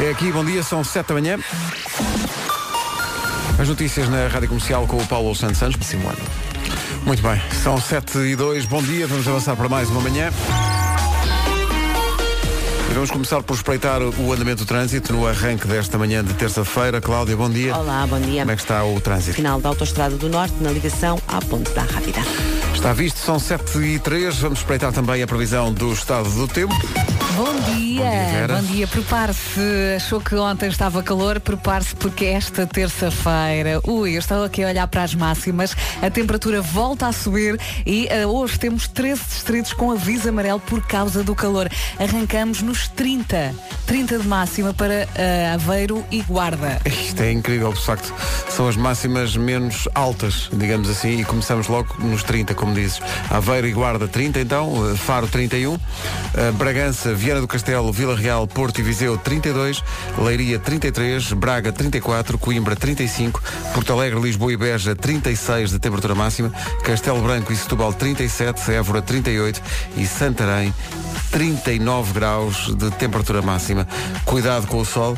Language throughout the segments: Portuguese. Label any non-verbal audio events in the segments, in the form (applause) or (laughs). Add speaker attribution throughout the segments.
Speaker 1: É aqui, bom dia, são 7 da manhã. As notícias na Rádio Comercial com o Paulo Santos Santos. Simone. Muito bem, são 7 e 2, bom dia, vamos avançar para mais uma manhã. E Vamos começar por espreitar o andamento do trânsito no arranque desta manhã de terça-feira. Cláudia, bom dia.
Speaker 2: Olá, bom dia.
Speaker 1: Como é que está o trânsito?
Speaker 2: Final da Autostrada do Norte, na ligação à Ponte da Rápida.
Speaker 1: Está visto, são 7 e 3, vamos espreitar também a previsão do estado do tempo.
Speaker 3: Bom dia,
Speaker 1: Bom dia, Vera.
Speaker 3: bom dia. Prepare-se. Achou que ontem estava calor? Prepare-se porque esta terça-feira, ui, eu estou aqui a olhar para as máximas, a temperatura volta a subir e ah, hoje temos 13 distritos com aviso amarelo por causa do calor. Arrancamos nos 30, 30 de máxima para ah, Aveiro e Guarda.
Speaker 1: Isto é incrível, de facto. São as máximas menos altas, digamos assim, e começamos logo nos 30, como dizes. Aveiro e Guarda 30, então, eh, Faro 31, eh, Bragança, Viana do Castelo, Vila Real, Porto e Viseu 32, Leiria 33, Braga 34, Coimbra 35, Porto Alegre, Lisboa e Beja 36 de temperatura máxima, Castelo Branco e Setúbal 37, Évora 38 e Santarém 39 graus de temperatura máxima. Cuidado com o sol.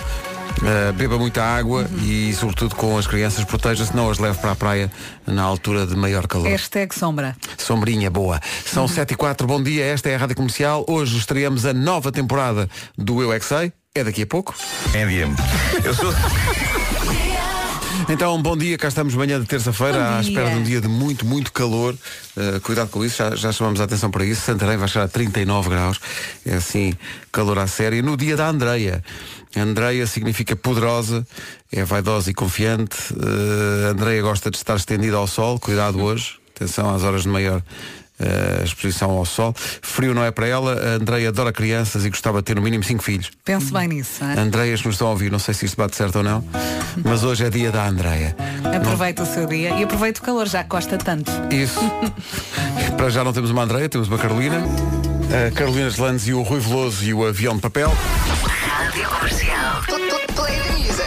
Speaker 1: Uh, beba muita água e, sobretudo, com as crianças, proteja-se, não as leve para a praia na altura de maior calor.
Speaker 3: Hashtag sombra.
Speaker 1: Sombrinha boa. São 7 e 4, bom dia, esta é a Rádio Comercial. Hoje estreamos a nova temporada do Eu É Que Sei. É daqui a pouco.
Speaker 4: NDM. Eu sou.
Speaker 1: Então, bom dia, cá estamos manhã de terça-feira,
Speaker 3: Bom
Speaker 1: à
Speaker 3: dia.
Speaker 1: espera de um dia de muito, muito calor. Uh, cuidado com isso, já, já chamamos a atenção para isso. Santarém vai chegar a 39 graus. É assim, calor à séria. No dia da Andreia. Andreia significa poderosa, é vaidosa e confiante. Uh, Andreia gosta de estar estendida ao sol, cuidado hoje. Atenção às horas de maior. uh, exposição ao sol. Frio não é para ela. A Andreia adora crianças e gostava de ter no mínimo cinco filhos.
Speaker 3: Pense bem nisso. hein?
Speaker 1: Andreias que nos estão a ouvir, não sei se isto bate certo ou não, mas hoje é dia da Andreia.
Speaker 3: Aproveita o seu dia e aproveita o calor, já que gosta tanto.
Speaker 1: Isso. (laughs) Para já não temos uma Andreia, temos uma Carolina. A Carolina Landes e o Rui Veloso e o Avião de Papel.
Speaker 5: Rádio Comercial. Play the music.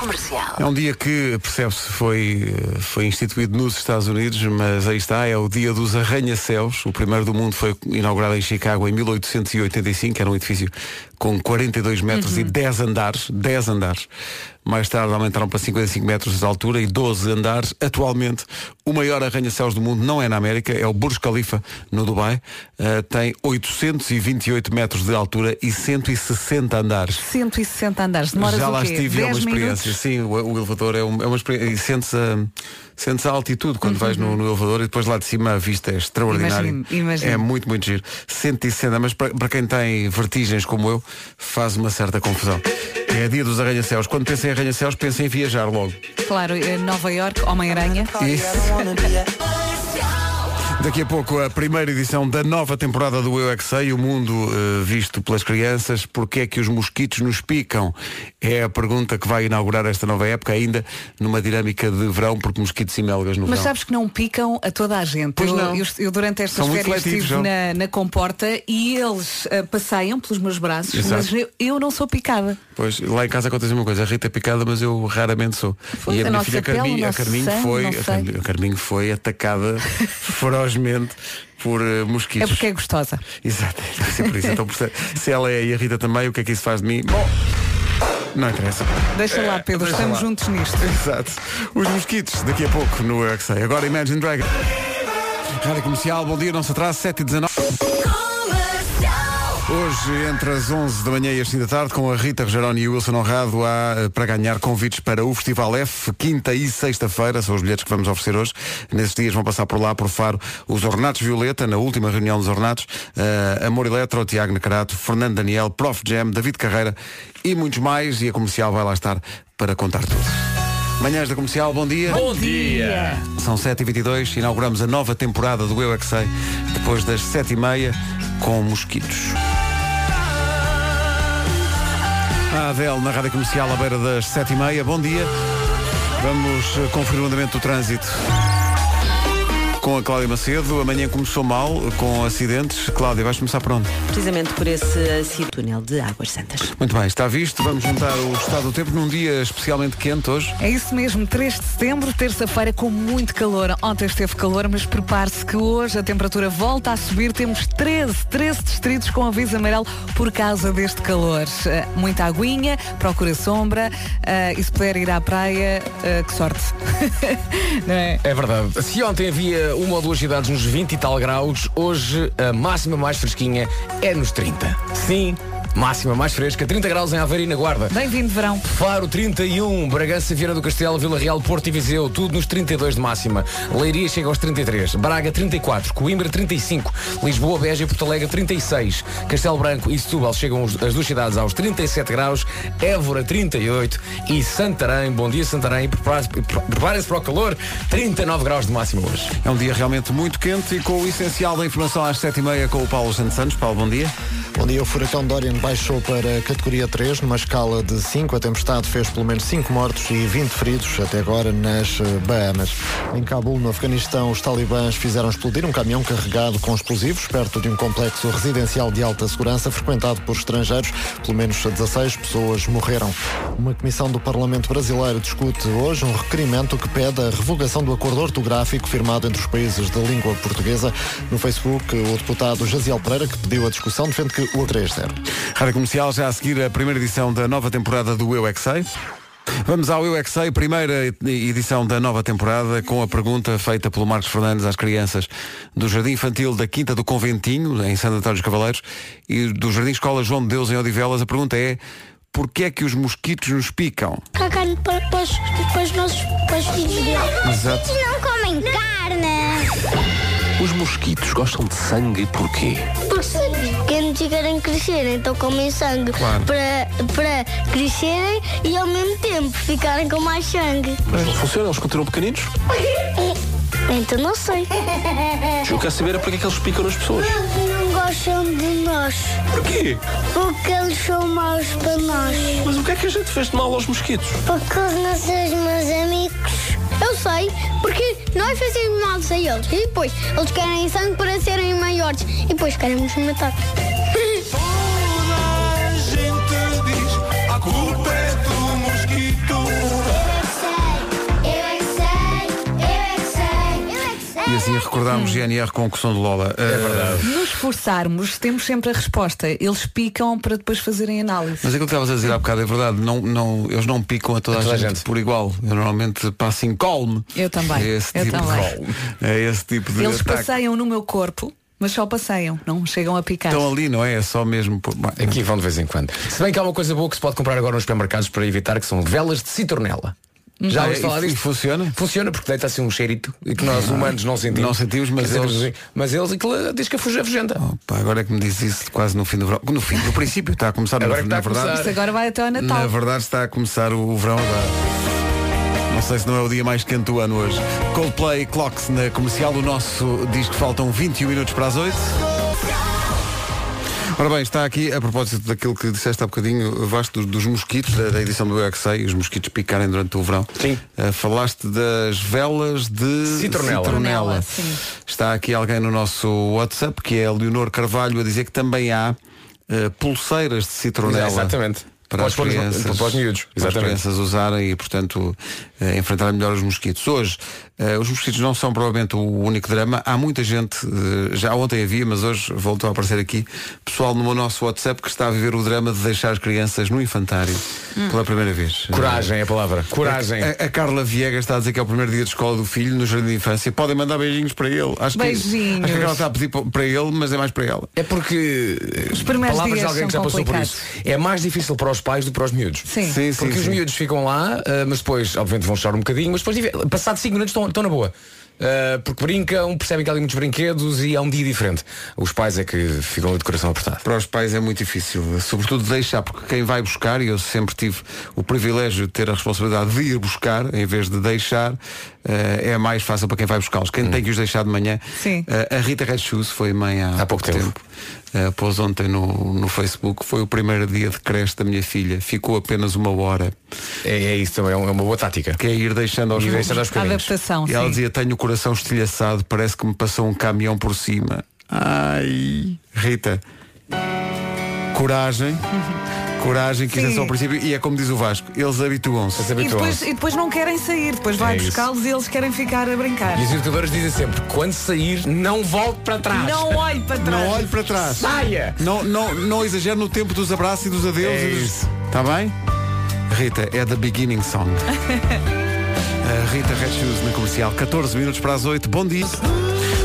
Speaker 5: Comercial.
Speaker 1: É um dia que, percebe-se, foi, eh, foi instituído nos Estados Unidos, mas aí está, é o dia dos arranha-céus. O primeiro do mundo foi inaugurado em Chicago em 1885, era um edifício com 42 metros e 10 andares, 10 andares. Mais tarde aumentaram para 55 metros de altura e 12 andares. Atualmente, o maior arranha-céus do mundo não é na América, é o Burj Khalifa, no Dubai. Eh, tem 828 metros de altura e 160 andares
Speaker 3: 160 andares. Demoras
Speaker 1: já
Speaker 3: o
Speaker 1: lá
Speaker 3: quê?
Speaker 1: estive e é uma
Speaker 3: 10
Speaker 1: experiência.
Speaker 3: minutos?
Speaker 1: Sim, o, o elevador é, um- é uma experiência. E sentes a, sentes a altitude quando vais no, no elevador e depois lá de cima a vista é extraordinária.
Speaker 3: Uhum. Imagino, imagino.
Speaker 1: É muito, muito giro. Sente e senta, mas para, para quem tem vertigens como eu, faz uma certa confusão. É dia dos arranha-céus. Quando pensa em arranha-céus, pensa em viajar logo.
Speaker 3: Claro, eh, Nova York, Homem-Aranha.
Speaker 1: Daqui a pouco a primeira edição da nova temporada do Eu é Que Sei, o mundo eh, visto pelas crianças, porque é que os mosquitos nos picam? É a pergunta que vai inaugurar esta nova época, ainda numa dinâmica de verão, porque mosquitos e melgas no
Speaker 3: Mas
Speaker 1: verão.
Speaker 3: sabes que não picam a toda a gente.
Speaker 1: Pois
Speaker 3: eu,
Speaker 1: não.
Speaker 3: eu- eu durante estas
Speaker 1: São muito
Speaker 3: férias
Speaker 1: seletivos,
Speaker 3: estive
Speaker 1: não?
Speaker 3: na, na comporta e eles ah, passeiam pelos meus braços, mas
Speaker 1: Exato.
Speaker 3: eu, eu não sou picada.
Speaker 1: Pois, lá em casa acontece uma coisa, a Rita é picada, mas eu raramente sou.
Speaker 3: Pois,
Speaker 1: e
Speaker 3: a
Speaker 1: a minha
Speaker 3: nossa
Speaker 1: filha
Speaker 3: pele, o
Speaker 1: Carminho, a
Speaker 3: nosso
Speaker 1: Carminho
Speaker 3: sangue,
Speaker 1: foi,
Speaker 3: não
Speaker 1: a
Speaker 3: sei.
Speaker 1: Carminho, a Carminho foi
Speaker 3: (laughs)
Speaker 1: atacada ferozmente por eh,
Speaker 3: É
Speaker 1: mosquitos.
Speaker 3: porque é gostosa.
Speaker 1: Exato, é sempre isso. Então, portanto, se ela é e a Rita também, o que é que isso faz de mim? Bom, não interessa.
Speaker 3: Deixa lá, Pedro,
Speaker 1: É, deixa
Speaker 3: estamos
Speaker 1: lá.
Speaker 3: juntos nisto.
Speaker 1: Exato. Os mosquitos, daqui a pouco no Eu É Que Sei. Agora Imagine Dragon. Rádio Comercial, bom dia, não se atrase, 7 e 19 Hoje, entre as 11 da manhã e as 5 da tarde, com a Rita Rogeroni e o Wilson Honrado, há eh, para ganhar convites para o Festival F, quinta e sexta-feira, são os bilhetes que vamos oferecer hoje. Nesses dias vão passar por lá, por Faro, os Ornatos Violeta, na última reunião dos Ornatos, eh, Amor Eletro, Tiago Necrato, Fernando Daniel, Prof. Jam, David Carreira e muitos mais, e a comercial vai lá estar para contar tudo. Manhãs da Comercial, bom dia.
Speaker 4: Bom dia!
Speaker 1: São 7h22, inauguramos a nova temporada do Eu É Que Sei, depois das 7h30, com mosquitos. A Adele na Rádio Comercial à beira das 7h30. Bom dia. Vamos eh, conferir o andamento do trânsito. com a Cláudia Macedo. Amanhã começou mal, com acidentes. Cláudia, vais começar por onde?
Speaker 2: Precisamente por esse assim, túnel de Águas Santas.
Speaker 1: Muito bem, está visto. Vamos juntar o estado do tempo num dia especialmente quente hoje.
Speaker 3: É isso mesmo, 3 de setembro, terça-feira com muito calor. Ontem esteve calor, mas prepare-se que hoje a temperatura volta a subir. Temos 13, 13 distritos com aviso amarelo por causa deste calor. Eh, Muita aguinha, procura sombra eh, e se puder ir à praia, eh, que sorte. (laughs) Não é?
Speaker 6: É verdade. Se ontem havia uma ou duas cidades nos 20 e tal graus, hoje a máxima mais fresquinha é nos 30. Sim, máxima mais fresca, 30 graus em Aveiro e na Guarda.
Speaker 3: Bem-vindo, verão.
Speaker 6: Faro 31, Bragança, Vieira do Castelo, Vila Real, Porto e Viseu, tudo nos 32 de máxima. Leiria chega aos 33, Braga 34, Coimbra 35, Lisboa, Beja e Porto Alegre 36, Castelo Branco e Setúbal chegam os- as duas cidades aos 37 graus, Évora 38 e Santarém, bom dia Santarém, e prepare-se- preparem-se para o calor, 39 graus de máxima hoje.
Speaker 1: É um dia realmente muito quente e com o essencial da informação às 7h30 com o Paulo Santos Santos. Paulo, bom dia.
Speaker 7: Bom dia, o furacão Dorian baixou para a categoria 3, numa escala de 5. A tempestade fez pelo menos 5 mortos e 20 feridos, até agora nas eh, Bahamas. Em Cabul, no Afeganistão, os talibãs fizeram explodir um caminhão carregado com explosivos perto de um complexo residencial de alta segurança frequentado por estrangeiros. Pelo menos 16 pessoas morreram. Uma comissão do Parlamento Brasileiro discute hoje um requerimento que pede a revogação do acordo ortográfico firmado entre os países da língua portuguesa. No Facebook, o deputado Jaziel Pereira, que pediu a discussão, defende que o é 3-0.
Speaker 1: Rádio Comercial, já a seguir a primeira edição da nova temporada do Eu É Que Sei. Vamos ao Eu É Que Sei, primeira e- edição da nova temporada, com a pergunta feita pelo Marcos Fernandes às crianças do Jardim Infantil da Quinta do Conventinho, em Santo António dos Cavaleiros, e do Jardim Escola João de Deus, em Odivelas. A pergunta é, porquê é que os mosquitos nos picam?
Speaker 8: Carne para, para, os, para os nossos para os filhos dele.
Speaker 1: Exato.
Speaker 8: Eles não comem carne.
Speaker 9: Os mosquitos gostam de sangue porquê?
Speaker 8: Porque se que não tiverem crescer, então comem sangue para, para crescerem e ao mesmo tempo ficarem com mais sangue.
Speaker 9: Mas não funciona, eles continuam pequeninos.
Speaker 8: (laughs) Então não sei.
Speaker 9: Eu quero saber é porque é que eles picam nas pessoas.
Speaker 8: Não gostam de nós
Speaker 9: Porquê?
Speaker 8: porque eles são maus para nós.
Speaker 9: Mas o que é que a gente fez de mal aos mosquitos?
Speaker 8: Porque os nossos meus amigos. Eu sei, porque nós fazemos mal a eles. E depois, eles querem sangue para serem maiores. E depois querem nos matar. é
Speaker 1: E assim recordámos GNR com o que som de Lola. É verdade.
Speaker 3: Nos esforçarmos, temos sempre a resposta. Eles picam para depois fazerem análise.
Speaker 1: Mas aquilo que estavas a dizer há bocado é verdade, não, não, eles não picam a toda, a, gente, por igual. Eu normalmente passo em colme.
Speaker 3: Eu também,
Speaker 1: É esse
Speaker 3: eu
Speaker 1: tipo
Speaker 3: também.
Speaker 1: de colme. É esse tipo de
Speaker 3: Eles
Speaker 1: ataque.
Speaker 3: passeiam no meu corpo, mas só passeiam, não chegam a picar.
Speaker 1: Estão ali, não é? É só mesmo. por- Bom,
Speaker 6: Aqui vão de vez em quando. Se bem que há uma coisa boa que se pode comprar agora nos supermercados para evitar, que são velas de citronela. Já
Speaker 1: Ah,
Speaker 6: ouviste falar
Speaker 1: e- e
Speaker 6: disto?
Speaker 1: funciona? Ah,
Speaker 6: Funciona porque deita assim um cheirito e que nós humanos não sentimos.
Speaker 1: Não sentimos, mas
Speaker 6: Quer dizer,
Speaker 1: eles-
Speaker 6: Mas eles aquilo diz que a fugir afugenta.
Speaker 1: Pá, agora é que me diz isso quase no fim do verão. No fim, no princípio, está a começar
Speaker 6: Agora
Speaker 1: na,
Speaker 6: é que está
Speaker 1: na
Speaker 6: a
Speaker 1: verdade.
Speaker 3: Isto agora vai até ao Natal.
Speaker 1: Na verdade está a começar o, o verão agora. Não sei se não é o dia mais quente do ano hoje. Coldplay Clocks na comercial. O nosso diz que faltam 21 minutos para as 8. Ora bem, está aqui, a propósito daquilo que disseste há bocadinho, vasto dos, dos mosquitos, da, da edição do Eu É Que Sei, os mosquitos picarem durante o verão.
Speaker 6: Sim.
Speaker 1: Ah, falaste das velas de
Speaker 6: Citronela.
Speaker 1: citronela.
Speaker 3: Sim.
Speaker 1: Está aqui alguém no nosso WhatsApp, que é a Leonor Carvalho, a dizer que também há eh, pulseiras de citronela.
Speaker 6: Exatamente.
Speaker 1: Para
Speaker 6: Podes
Speaker 1: as,
Speaker 6: pôr nos-
Speaker 1: crianças,
Speaker 6: para os miúdos,
Speaker 1: para as
Speaker 6: exatamente.
Speaker 1: crianças usarem e, portanto, eh, enfrentarem melhor os mosquitos. Hoje, eh, os mosquitos não são provavelmente o único drama. Há muita gente, eh, já ontem havia, mas hoje voltou a aparecer aqui, pessoal no nosso WhatsApp que está a viver o drama de deixar as crianças no infantário pela primeira vez. Eh,
Speaker 6: Coragem é a palavra. Coragem.
Speaker 1: A, a Carla Viega está a dizer que é o primeiro dia de escola do filho no jardim de infância. Podem mandar beijinhos para ele. Acho Que,
Speaker 3: Beijinhos.
Speaker 1: acho que ela está a pedir pa- para ele, mas é mais para ela.
Speaker 6: É porque eh,
Speaker 3: Os primeiros
Speaker 6: palavras de
Speaker 3: dias
Speaker 6: alguém que já
Speaker 3: são
Speaker 6: passou por
Speaker 3: complicados.
Speaker 6: isso. É mais difícil para os pais do que para os miúdos.
Speaker 3: Sim.
Speaker 1: Sim,
Speaker 6: Porque os
Speaker 1: sim.
Speaker 6: miúdos ficam lá, eh, mas depois, obviamente, vão chorar um bocadinho, mas depois, passados 5 minutos, estão, estão na boa. Eh, porque brincam, percebem que há ali muitos brinquedos e há um dia diferente. Os pais é que ficam ali de coração apertado.
Speaker 1: Para os pais é muito difícil, sobretudo deixar, porque quem vai buscar, e eu sempre tive o privilégio de ter a responsabilidade de ir buscar, em vez de deixar, eh, é mais fácil para quem vai buscá-los. Quem tem que os deixar de manhã.
Speaker 3: Sim.
Speaker 1: eh, a Rita Rechus foi mãe há,
Speaker 6: Há pouco tempo.
Speaker 1: eh, pôs ontem no, no Facebook, foi o primeiro dia de creche da minha filha. Ficou apenas uma hora,
Speaker 6: É, é isso também, é uma boa tática.
Speaker 1: que é ir deixando aos
Speaker 6: E
Speaker 1: poucos.
Speaker 6: deixando aos
Speaker 3: A
Speaker 6: pequeninos.
Speaker 3: adaptação,
Speaker 1: E ela
Speaker 3: sim.
Speaker 1: dizia, tenho o coração estilhaçado, parece que me passou um caminhão por cima. Ai, Rita. Coragem. Coragem, que isso é
Speaker 3: Sim.
Speaker 1: só o princípio. E é como diz o Vasco, eles habituam-se.
Speaker 6: Eles
Speaker 3: E
Speaker 6: habituam-se.
Speaker 3: depois, e depois não querem sair, depois vai
Speaker 6: É isso.
Speaker 3: buscá-los e eles querem ficar a brincar.
Speaker 6: E os educadores dizem sempre, quando sair, não volte para trás.
Speaker 3: Não olhe para trás.
Speaker 1: Não olhe para trás.
Speaker 6: Saia!
Speaker 1: Não, não, não exagero no tempo dos abraços e dos adeus.
Speaker 6: É
Speaker 1: e dos-
Speaker 6: isso.
Speaker 1: Tá bem? Rita, é The Beginning Song. A Rita Red Shoes na comercial. 14 minutos para as 8. Bom dia.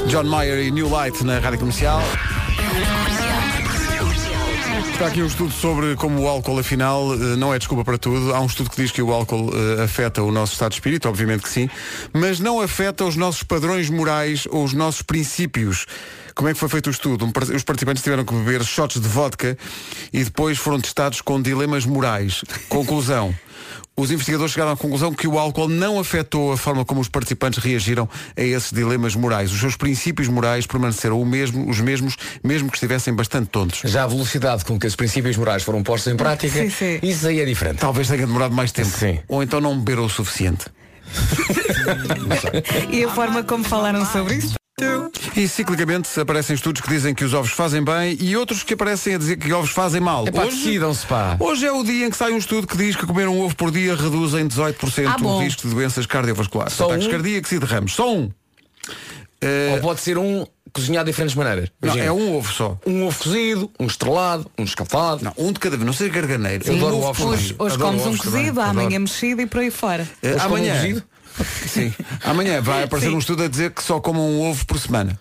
Speaker 1: John Mayer e New Light na rádio comercial. Está aqui um estudo sobre como o álcool, afinal, eh, não é desculpa para tudo. Há um estudo que diz que o álcool eh, afeta o nosso estado de espírito, obviamente que sim, mas não afeta os nossos padrões morais ou os nossos princípios. Como é que foi feito o estudo? Um par- Os participantes tiveram que beber shots de vodka e depois foram testados com dilemas morais. Conclusão. Os investigadores chegaram à conclusão que o álcool não afetou a forma como os participantes reagiram a esses dilemas morais. Os seus princípios morais permaneceram o mesmo- os mesmos, mesmo que estivessem bastante tontos.
Speaker 6: Já a velocidade com que os princípios morais foram postos em prática,
Speaker 3: Sim, sim.
Speaker 6: isso aí é diferente.
Speaker 1: Talvez tenha demorado mais tempo.
Speaker 6: Sim.
Speaker 1: Ou então não beberam o suficiente.
Speaker 3: E a forma como falaram sobre isso.
Speaker 1: E ciclicamente aparecem estudos que dizem que os ovos fazem bem e outros que aparecem a dizer que ovos fazem mal.
Speaker 6: Epá,
Speaker 1: hoje,
Speaker 6: decidam-se, pá.
Speaker 1: hoje é o dia em que sai um estudo que diz que comer um ovo por dia reduz em 18%
Speaker 3: Ah, bom.
Speaker 1: o risco de doenças cardiovasculares,
Speaker 6: Só
Speaker 1: ataques
Speaker 6: um?
Speaker 1: cardíacos e derrames. Só um.
Speaker 6: Ou pode ser um cozinhado de diferentes maneiras.
Speaker 1: Não,
Speaker 6: Imagina,
Speaker 1: é um ovo só.
Speaker 6: um ovo cozido, um estrelado, um escapado.
Speaker 1: Não, um de cada vez, não seja garganeiro.
Speaker 6: Eu
Speaker 1: Um
Speaker 6: adoro
Speaker 1: ovo
Speaker 6: ovos
Speaker 1: por
Speaker 6: também.
Speaker 1: dia.
Speaker 3: Hoje, hoje
Speaker 1: Adoro
Speaker 3: comes um
Speaker 1: ovos também.
Speaker 3: cozido,
Speaker 1: Adoro.
Speaker 3: amanhã mexido e por
Speaker 1: (laughs)
Speaker 3: aí fora.
Speaker 1: Eh,
Speaker 6: Hoje comem
Speaker 1: amanhã.
Speaker 6: cozido?
Speaker 1: (laughs) Sim. Amanhã vai aparecer
Speaker 3: Sim.
Speaker 1: um estudo a dizer que só comam um ovo por semana.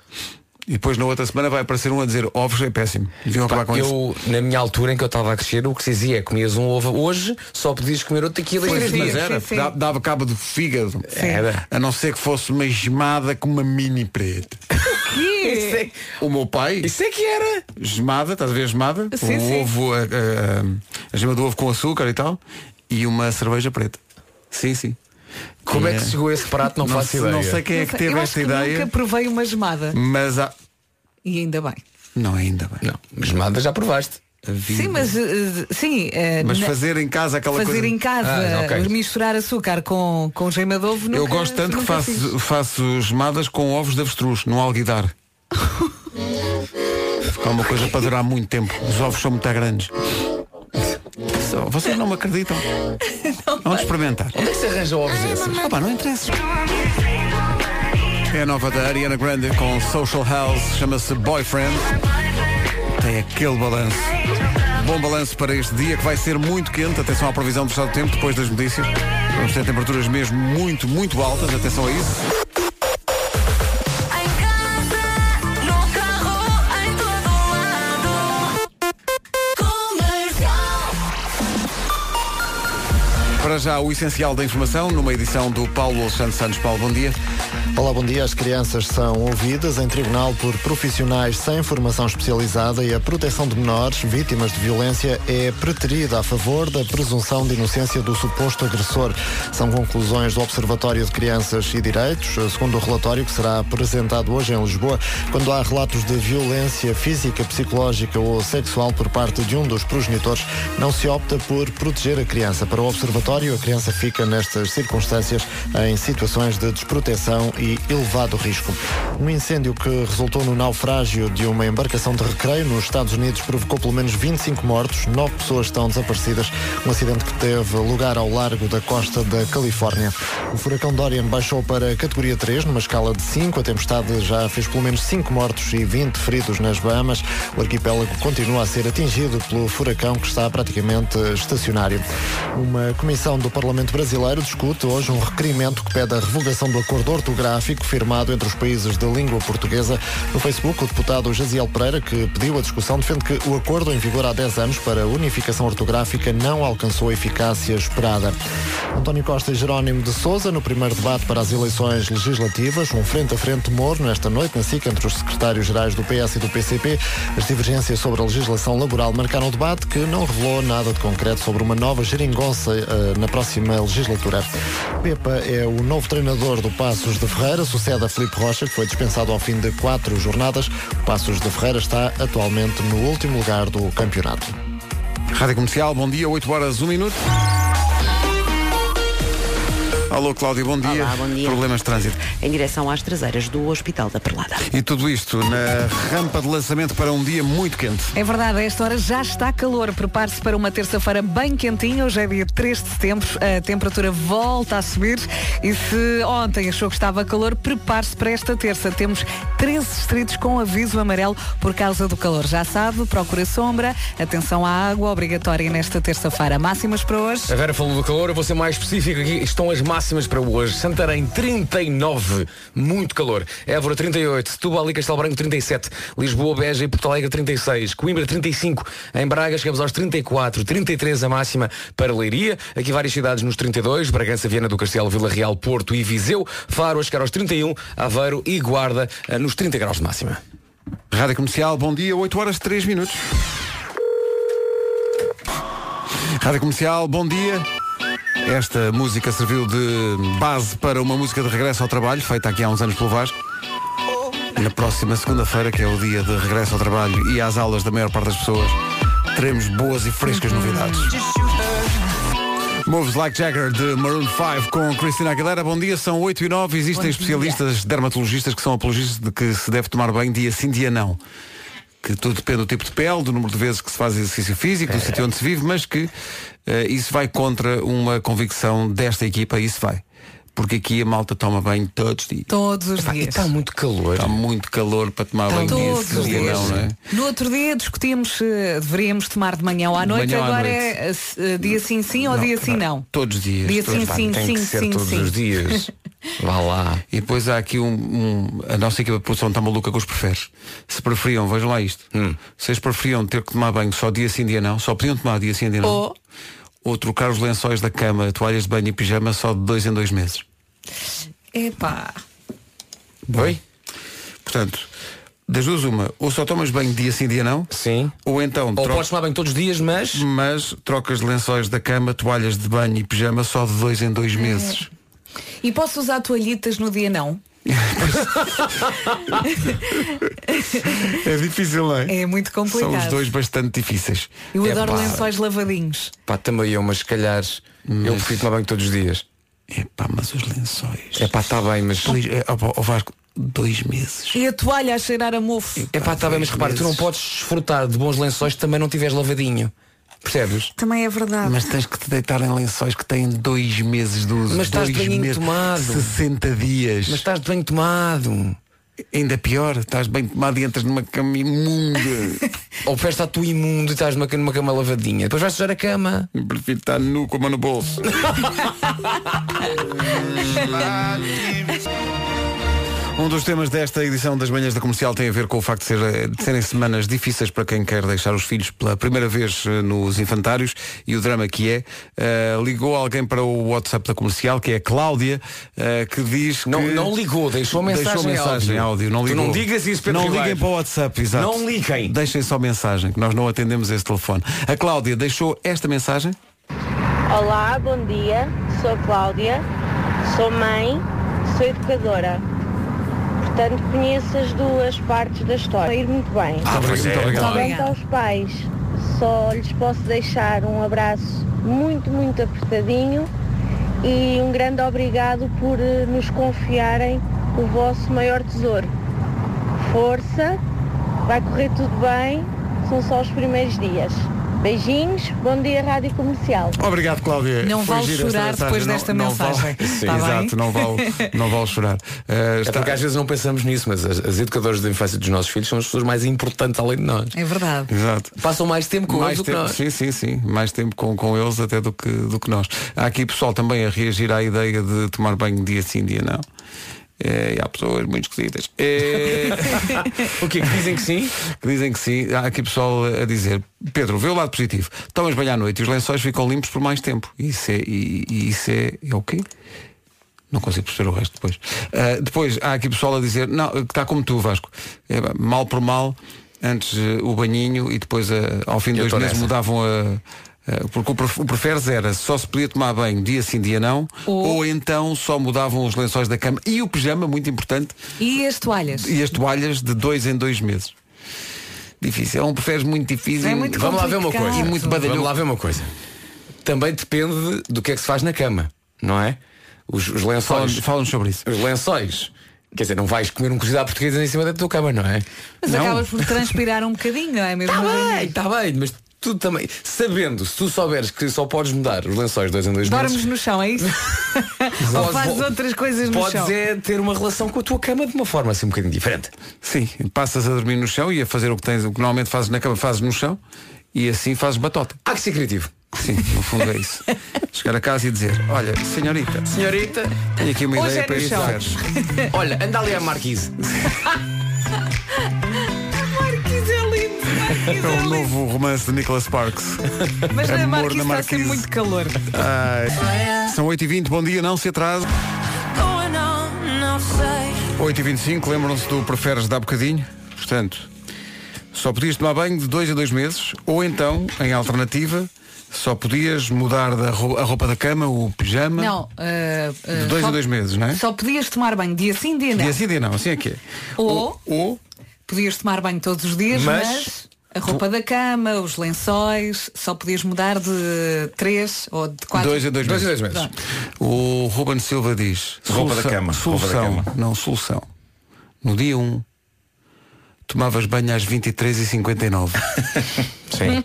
Speaker 1: E depois na outra semana vai aparecer um a dizer ovos é péssimo. Deviam acabar com isso.
Speaker 6: Eu, na minha altura em que eu estava a crescer, o que se dizia é comias um ovo hoje, só podias comer outro daqui a dois
Speaker 3: Pois,
Speaker 6: três
Speaker 3: mas
Speaker 6: dias.
Speaker 1: Mas era,
Speaker 3: Sim, sim.
Speaker 1: da- dava cabo do fígado. É,
Speaker 6: Era.
Speaker 1: A não ser que fosse uma gemada com uma mini preta.
Speaker 6: Isso é,
Speaker 1: O meu pai,
Speaker 6: isso é que era.
Speaker 1: gemada, estás a ver a gemada?
Speaker 3: Sim,
Speaker 1: o
Speaker 3: sim.
Speaker 1: ovo, a, a- a- a gema do ovo com açúcar e tal. E uma cerveja preta. Sim, sim.
Speaker 6: Como é que
Speaker 1: se
Speaker 6: chegou a esse prato? Não, faço
Speaker 1: sei,
Speaker 6: ideia.
Speaker 1: não sei quem é que
Speaker 3: Eu
Speaker 1: teve
Speaker 3: acho
Speaker 1: esta
Speaker 3: que
Speaker 1: ideia,
Speaker 3: Nunca provei uma gemada.
Speaker 1: mas há...
Speaker 3: E ainda bem.
Speaker 1: Não, ainda bem.
Speaker 6: Não, mas nada já provaste.
Speaker 3: Sim, mas eh, sim, eh,
Speaker 1: Mas
Speaker 3: na-
Speaker 1: fazer em casa aquela
Speaker 3: fazer
Speaker 1: coisa.
Speaker 3: em casa,
Speaker 6: Ah, ok.
Speaker 3: misturar açúcar com, com gema de ovo.
Speaker 1: Eu
Speaker 3: nunca-
Speaker 1: gosto tanto que
Speaker 3: nunca fiz.
Speaker 1: faço, faço gemadas com ovos de avestruz, no alguidar. É uma coisa para durar muito tempo. Os ovos são muito grandes. Só- Vocês não me
Speaker 3: (laughs)
Speaker 1: acreditam. Vamos experimentar.
Speaker 6: Onde é que se arranja ovos desses?
Speaker 1: Ah, pá, não interessa. É a nova da Ariana Grande com Social House, chama-se Boyfriend. Tem aquele balanço. Bom balanço para este dia que vai ser muito quente. Atenção à previsão do estado do tempo depois das notícias. Vamos ter temperaturas mesmo muito, muito altas. Atenção a isso. Para já o essencial da informação numa edição do Paulo Alexandre Santos. Paulo, bom dia.
Speaker 7: Olá, bom dia. As crianças são ouvidas em tribunal por profissionais sem formação especializada e a proteção de menores vítimas de violência é preterida a favor da presunção de inocência do suposto agressor. São conclusões do Observatório de Crianças e Direitos, segundo o relatório que será apresentado hoje em Lisboa, quando há relatos de violência física, psicológica ou sexual por parte de um dos progenitores, não se opta por proteger a criança. Para o Observatório, a criança fica nestas circunstâncias em situações de desproteção e elevado risco. Um incêndio que resultou no naufrágio de uma embarcação de recreio nos Estados Unidos provocou pelo menos 25 mortos, 9 pessoas estão desaparecidas, um acidente que teve lugar ao largo da costa da Califórnia. O furacão Dorian baixou para a categoria 3, numa escala de 5. A tempestade já fez pelo menos 5 mortos e 20 feridos nas Bahamas. O arquipélago continua a ser atingido pelo furacão que está praticamente estacionário. Uma comissão do Parlamento Brasileiro discute hoje um requerimento que pede a revogação do acordo ortográfico firmado entre os países de língua portuguesa. No Facebook, o deputado Jaziel Pereira, que pediu a discussão, defende que o acordo em vigor há 10 anos para a unificação ortográfica não alcançou a eficácia esperada. António Costa e Jerónimo de Souza, no primeiro debate para as eleições legislativas, um frente a frente morno esta noite na SIC entre os secretários-gerais do PS e do PCP. As divergências sobre a legislação laboral marcaram o debate que não revelou nada de concreto sobre uma nova geringonça eh, na próxima legislatura. Pepa é o novo treinador do Passos de Ferreira, sucede a Filipe Rocha, que foi dispensado ao fim de quatro jornadas. O Passos de Ferreira está atualmente no último lugar do campeonato.
Speaker 1: um Rádio Comercial, bom dia, 8 horas, 1 minuto. Alô, Cláudia, bom dia.
Speaker 2: Olá, bom dia.
Speaker 1: Problemas de trânsito.
Speaker 2: Em direção às traseiras do Hospital da Perlada.
Speaker 1: E tudo isto na rampa de lançamento para um dia muito quente.
Speaker 3: É verdade, a esta hora já está calor. Prepare-se para uma terça-feira bem quentinha. Hoje é dia 3 de setembro. A temperatura volta a subir. E se ontem achou que estava calor, prepare-se para esta terça. Temos 13 distritos com aviso amarelo por causa do calor. Já sabe, procure sombra. Atenção à água, obrigatória nesta terça-feira. Máximas para hoje.
Speaker 6: A Vera falou do calor, eu vou ser mais específico aqui. Estão as máximas para hoje. Santarém, 39. Muito calor. Évora, 38. Setúbal e Castelo Branco, 37. Lisboa, Beja e Porto Alegre, 36. Coimbra, 35. Em Braga, chegamos aos 34. 33 a máxima para Leiria. Aqui várias cidades nos 32. Bragança, Viana do Castelo, Vila Real, Porto e Viseu. Faro a chegar aos 31. Aveiro e Guarda eh, nos 30 graus de máxima.
Speaker 1: Rádio Comercial, bom dia, 8 horas 3 minutos. Rádio Comercial, bom dia. Esta música serviu de base para uma música de regresso ao trabalho, feita aqui há uns anos pelo Vasco. Na próxima segunda-feira, que é o dia de regresso ao trabalho e às aulas da maior parte das pessoas, teremos boas e frescas novidades. Moves Like Jagger de Maroon 5 com Cristina Aguilera. Bom dia, são 8 e 9. Existem especialistas dermatologistas que são apologistas de que se deve tomar bem dia sim, dia não. Que tudo depende do tipo de pele, do número de vezes que se faz exercício físico,
Speaker 3: É.
Speaker 1: do sítio onde se vive, mas que eh, isso vai contra uma convicção desta equipa, isso vai. Porque aqui a malta toma banho todos os dias.
Speaker 3: Todos os
Speaker 6: Pá, e
Speaker 3: dias.
Speaker 6: está muito calor.
Speaker 1: Está muito calor para tomar banho dia
Speaker 3: Todos
Speaker 1: sim,
Speaker 3: os
Speaker 1: dia
Speaker 3: dias.
Speaker 1: não, não é?
Speaker 3: No outro dia discutimos se deveríamos tomar de manhã ou à noite,
Speaker 1: manhã ou à
Speaker 3: agora
Speaker 1: noite.
Speaker 3: é eh, dia sim sim ou dia sim não.
Speaker 1: Todos os dias.
Speaker 3: Dia
Speaker 1: todos
Speaker 3: sim,
Speaker 1: os dias.
Speaker 3: sim,
Speaker 6: Tem
Speaker 3: sim,
Speaker 6: que ser
Speaker 3: sim,
Speaker 6: todos
Speaker 3: sim.
Speaker 6: os dias. Vá lá.
Speaker 1: E depois há aqui um, um- A nossa equipa de produção está maluca com os preferes. Se preferiam, vejam lá isto.
Speaker 6: Hum.
Speaker 1: Vocês preferiam ter que tomar banho só dia sim, dia não, só podiam tomar dia sim, dia não.
Speaker 3: Ou-
Speaker 1: Ou trocar os lençóis da cama, toalhas de banho e pijama só de dois em dois meses.
Speaker 3: Epá.
Speaker 6: Oi?
Speaker 1: Portanto, das duas uma, ou só tomas banho dia sim, dia não,
Speaker 6: Sim.
Speaker 1: ou então
Speaker 6: Ou
Speaker 1: tro-
Speaker 6: podes tomar banho todos os dias, mas.
Speaker 1: mas trocas lençóis da cama, toalhas de banho e pijama só de dois em
Speaker 3: É.
Speaker 1: dois meses.
Speaker 3: E posso usar toalhitas no dia não?
Speaker 1: É difícil, não
Speaker 3: É muito complicado.
Speaker 1: São os dois bastante difíceis.
Speaker 3: Eu
Speaker 6: É
Speaker 3: adoro
Speaker 6: pá.
Speaker 3: lençóis lavadinhos.
Speaker 6: Pá, também eu, mas se calhar. Eu prefiro tomar banho todos os dias.
Speaker 1: Epá, mas os lençóis.
Speaker 6: É pá, está bem, mas.
Speaker 1: Dois, é, ó, ó, Vasco, dois meses.
Speaker 3: E a toalha a cheirar a mofo.
Speaker 6: É pá, está bem, mas
Speaker 1: Dois
Speaker 6: repara, tu não
Speaker 1: meses.
Speaker 6: podes desfrutar de bons lençóis se também não tiveres lavadinho. Percebes?
Speaker 3: Também é verdade.
Speaker 1: Mas tens que te deitar em lençóis que têm dois meses de uso.
Speaker 6: Mas estás
Speaker 1: dois
Speaker 6: de banhinho
Speaker 1: meses,
Speaker 6: tomado.
Speaker 1: 60 dias.
Speaker 6: Mas tá- estás de banho tomado.
Speaker 1: Ainda pior, estás bem tomado e entras numa cama
Speaker 6: (laughs)
Speaker 1: imunda.
Speaker 6: Ou preferes estar tu imundo e estás numa, numa cama lavadinha. Depois vais sujar a cama.
Speaker 1: Eu Prefiro estar nu com a mão no bolso. Um dos temas desta edição das manhãs da comercial tem a ver com o facto de, ser, eh, de serem semanas difíceis para quem quer deixar os filhos pela primeira vez eh, nos infantários e o drama que é. Eh, ligou alguém para o WhatsApp da comercial, que é a Cláudia, eh, que diz
Speaker 6: Não,
Speaker 1: que.
Speaker 6: não ligou, deixou mensagem,
Speaker 1: Deixou mensagem
Speaker 6: áudio.
Speaker 1: áudio. não
Speaker 6: Tu
Speaker 1: ligou.
Speaker 6: não digas isso, Pedro
Speaker 1: Não
Speaker 6: Ribeiro.
Speaker 1: liguem para o WhatsApp, exato.
Speaker 6: Não liguem.
Speaker 1: Deixem só mensagem, que nós não atendemos esse telefone. A Cláudia deixou esta mensagem.
Speaker 10: Olá, bom dia. Sou a Cláudia, sou mãe, sou educadora. Portanto, conheço as duas partes da história. Ir muito bem.
Speaker 1: Muito
Speaker 4: pois
Speaker 1: obrigado.
Speaker 4: é.
Speaker 1: Muito
Speaker 6: tá
Speaker 1: obrigado.
Speaker 10: Quanto aos pais, só lhes posso deixar um abraço muito, muito apertadinho e um grande obrigado por eh, nos confiarem o vosso maior tesouro. Força, vai correr tudo bem, são só os primeiros dias. Beijinhos, bom dia Rádio Comercial.
Speaker 1: Obrigado, Cláudia.
Speaker 3: Não
Speaker 1: Foi
Speaker 3: vale
Speaker 1: gira
Speaker 3: chorar
Speaker 1: esta
Speaker 3: depois
Speaker 1: Não-
Speaker 3: desta
Speaker 1: não
Speaker 3: mensagem.
Speaker 1: vale-
Speaker 3: Sim. Tá bem?
Speaker 1: Exato, não
Speaker 3: (laughs)
Speaker 1: vale, não vale chorar. Uh,
Speaker 6: É
Speaker 1: está-
Speaker 6: porque às vezes não pensamos nisso, mas as, as educadoras da infância dos nossos filhos são as pessoas mais importantes além de nós.
Speaker 3: É verdade.
Speaker 1: Exato.
Speaker 6: Passam mais tempo com
Speaker 1: mais
Speaker 6: eles do que
Speaker 1: tempo,
Speaker 6: nós.
Speaker 1: sim, sim, sim, mais tempo com, com eles até do que, do que nós. Há aqui pessoal também a reagir à ideia de tomar banho dia sim, dia não. É, e há pessoas muito esquisitas É,
Speaker 6: (laughs) O quê? Que dizem que sim?
Speaker 1: que dizem que sim. Há aqui pessoal a dizer, Pedro, vê o lado positivo. Tomas banho à noite e os lençóis ficam limpos por mais tempo. Isso é, e, e isso é, é o quê? Não consigo perceber o resto depois. Ah, depois há aqui pessoal a dizer, não, que está como tu, Vasco. É, pá, mal por mal, antes eh, o banhinho e depois eh, ao fim de
Speaker 6: Eu
Speaker 1: dois
Speaker 6: tô
Speaker 1: meses
Speaker 6: nessa.
Speaker 1: mudavam a. a- Porque o pref- o preferes era só se podia tomar banho dia sim, dia não,
Speaker 3: Ou-
Speaker 1: ou então só mudavam os lençóis da cama e o pijama, muito importante,
Speaker 3: E as toalhas?
Speaker 1: e as toalhas de dois em dois meses. Difícil, é um preferes muito difícil.
Speaker 3: É muito
Speaker 6: Vamos lá ver uma
Speaker 3: complicado.
Speaker 6: coisa.
Speaker 1: E muito badalhoco.
Speaker 6: Vamos lá ver uma coisa. Também depende do que é que se faz na cama, não é? Os, os lençóis.
Speaker 1: Fala-nos sobre isso.
Speaker 6: Os lençóis. Quer dizer, não vais comer um cozido à portuguesa em cima da tua cama, não é?
Speaker 3: Mas
Speaker 6: não.
Speaker 3: acabas por transpirar um bocadinho, não é mesmo?
Speaker 1: Tá
Speaker 6: Está bem, está tá bem, mas tu também, sabendo, se tu souberes que só podes mudar os lençóis dois em dois
Speaker 3: Dormes
Speaker 6: meses,
Speaker 3: no chão, é isso? Ou
Speaker 6: podes-
Speaker 3: fazes outras coisas no
Speaker 6: podes
Speaker 3: chão?
Speaker 6: é ter uma relação com a tua cama de uma forma assim um bocadinho diferente.
Speaker 1: Sim, passas a dormir no chão e a fazer o que tens, o que normalmente fazes na cama, fazes no chão e assim fazes batota.
Speaker 6: Há que ser criativo.
Speaker 1: Sim, no fundo é (laughs) isso. Chegar a casa e dizer, olha, senhorita,
Speaker 6: Senhorita,
Speaker 1: tenho aqui uma
Speaker 3: Hoje
Speaker 1: ideia
Speaker 3: é
Speaker 1: para
Speaker 3: no
Speaker 1: este
Speaker 3: chão.
Speaker 1: verso.
Speaker 6: olha, anda ali à marquise.
Speaker 3: Marquise é lindo, Marquise
Speaker 1: É
Speaker 3: é
Speaker 1: o
Speaker 3: lindo.
Speaker 1: novo romance de Nicholas Sparks.
Speaker 3: Mas
Speaker 1: Amor
Speaker 3: na
Speaker 1: na
Speaker 3: Marquise está a ser
Speaker 1: Marquise.
Speaker 3: muito calor.
Speaker 1: Ai. São 8h20, bom dia, não se atrase. 8h25, lembram-se do Preferes de há bocadinho? Portanto, só podias tomar banho de dois a dois meses, ou então, em alternativa, só podias mudar da ro- a roupa da cama, o pijama,
Speaker 3: Não, ah, ah,
Speaker 1: de dois
Speaker 3: só-
Speaker 1: a dois meses, não é?
Speaker 3: Só podias tomar banho dia sim, dia não.
Speaker 1: Dia sim, dia não, assim é que é.
Speaker 3: Ou-
Speaker 1: ou
Speaker 3: Podias tomar banho todos os dias, mas,
Speaker 6: Mas-
Speaker 3: a roupa da cama, os lençóis, só podias mudar de três ou de quatro.
Speaker 1: dois a dois,
Speaker 6: Dois a
Speaker 1: meses.
Speaker 6: dois meses.
Speaker 1: O Ruben Silva diz
Speaker 4: Roupa da
Speaker 1: solução-
Speaker 4: cama, roupa da
Speaker 1: Solução,
Speaker 4: cama.
Speaker 1: não, solução No dia 1 Tomavas banho às 23h59
Speaker 4: Sim.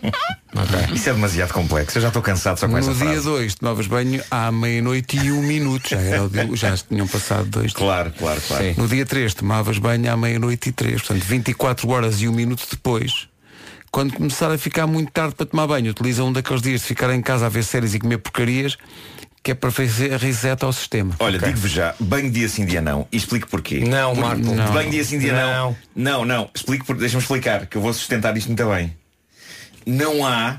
Speaker 4: Isso é demasiado complexo. Eu já estou cansado só com essa
Speaker 1: No dia
Speaker 4: frase.
Speaker 1: 2 tomavas banho à meia-noite e um minuto Já, era o dia- já tinham passado dois dias.
Speaker 4: Claro, claro, claro.
Speaker 6: Sim.
Speaker 1: No dia 3 tomavas banho à meia-noite e três Portanto 24 horas e um minuto depois quando começar a ficar muito tarde para tomar banho, utiliza um daqueles dias de ficar em casa a ver séries e comer porcarias, que é para fazer reset ao sistema.
Speaker 4: Olha, digo-vos já, banho dia sim, dia não. E explico porquê.
Speaker 6: Não, Marco.
Speaker 1: Não.
Speaker 4: Oh, Banho dia sim, dia não. Não,
Speaker 6: Não.
Speaker 4: não. Explico por... Deixa-me explicar, que eu vou sustentar isto muito bem. Não há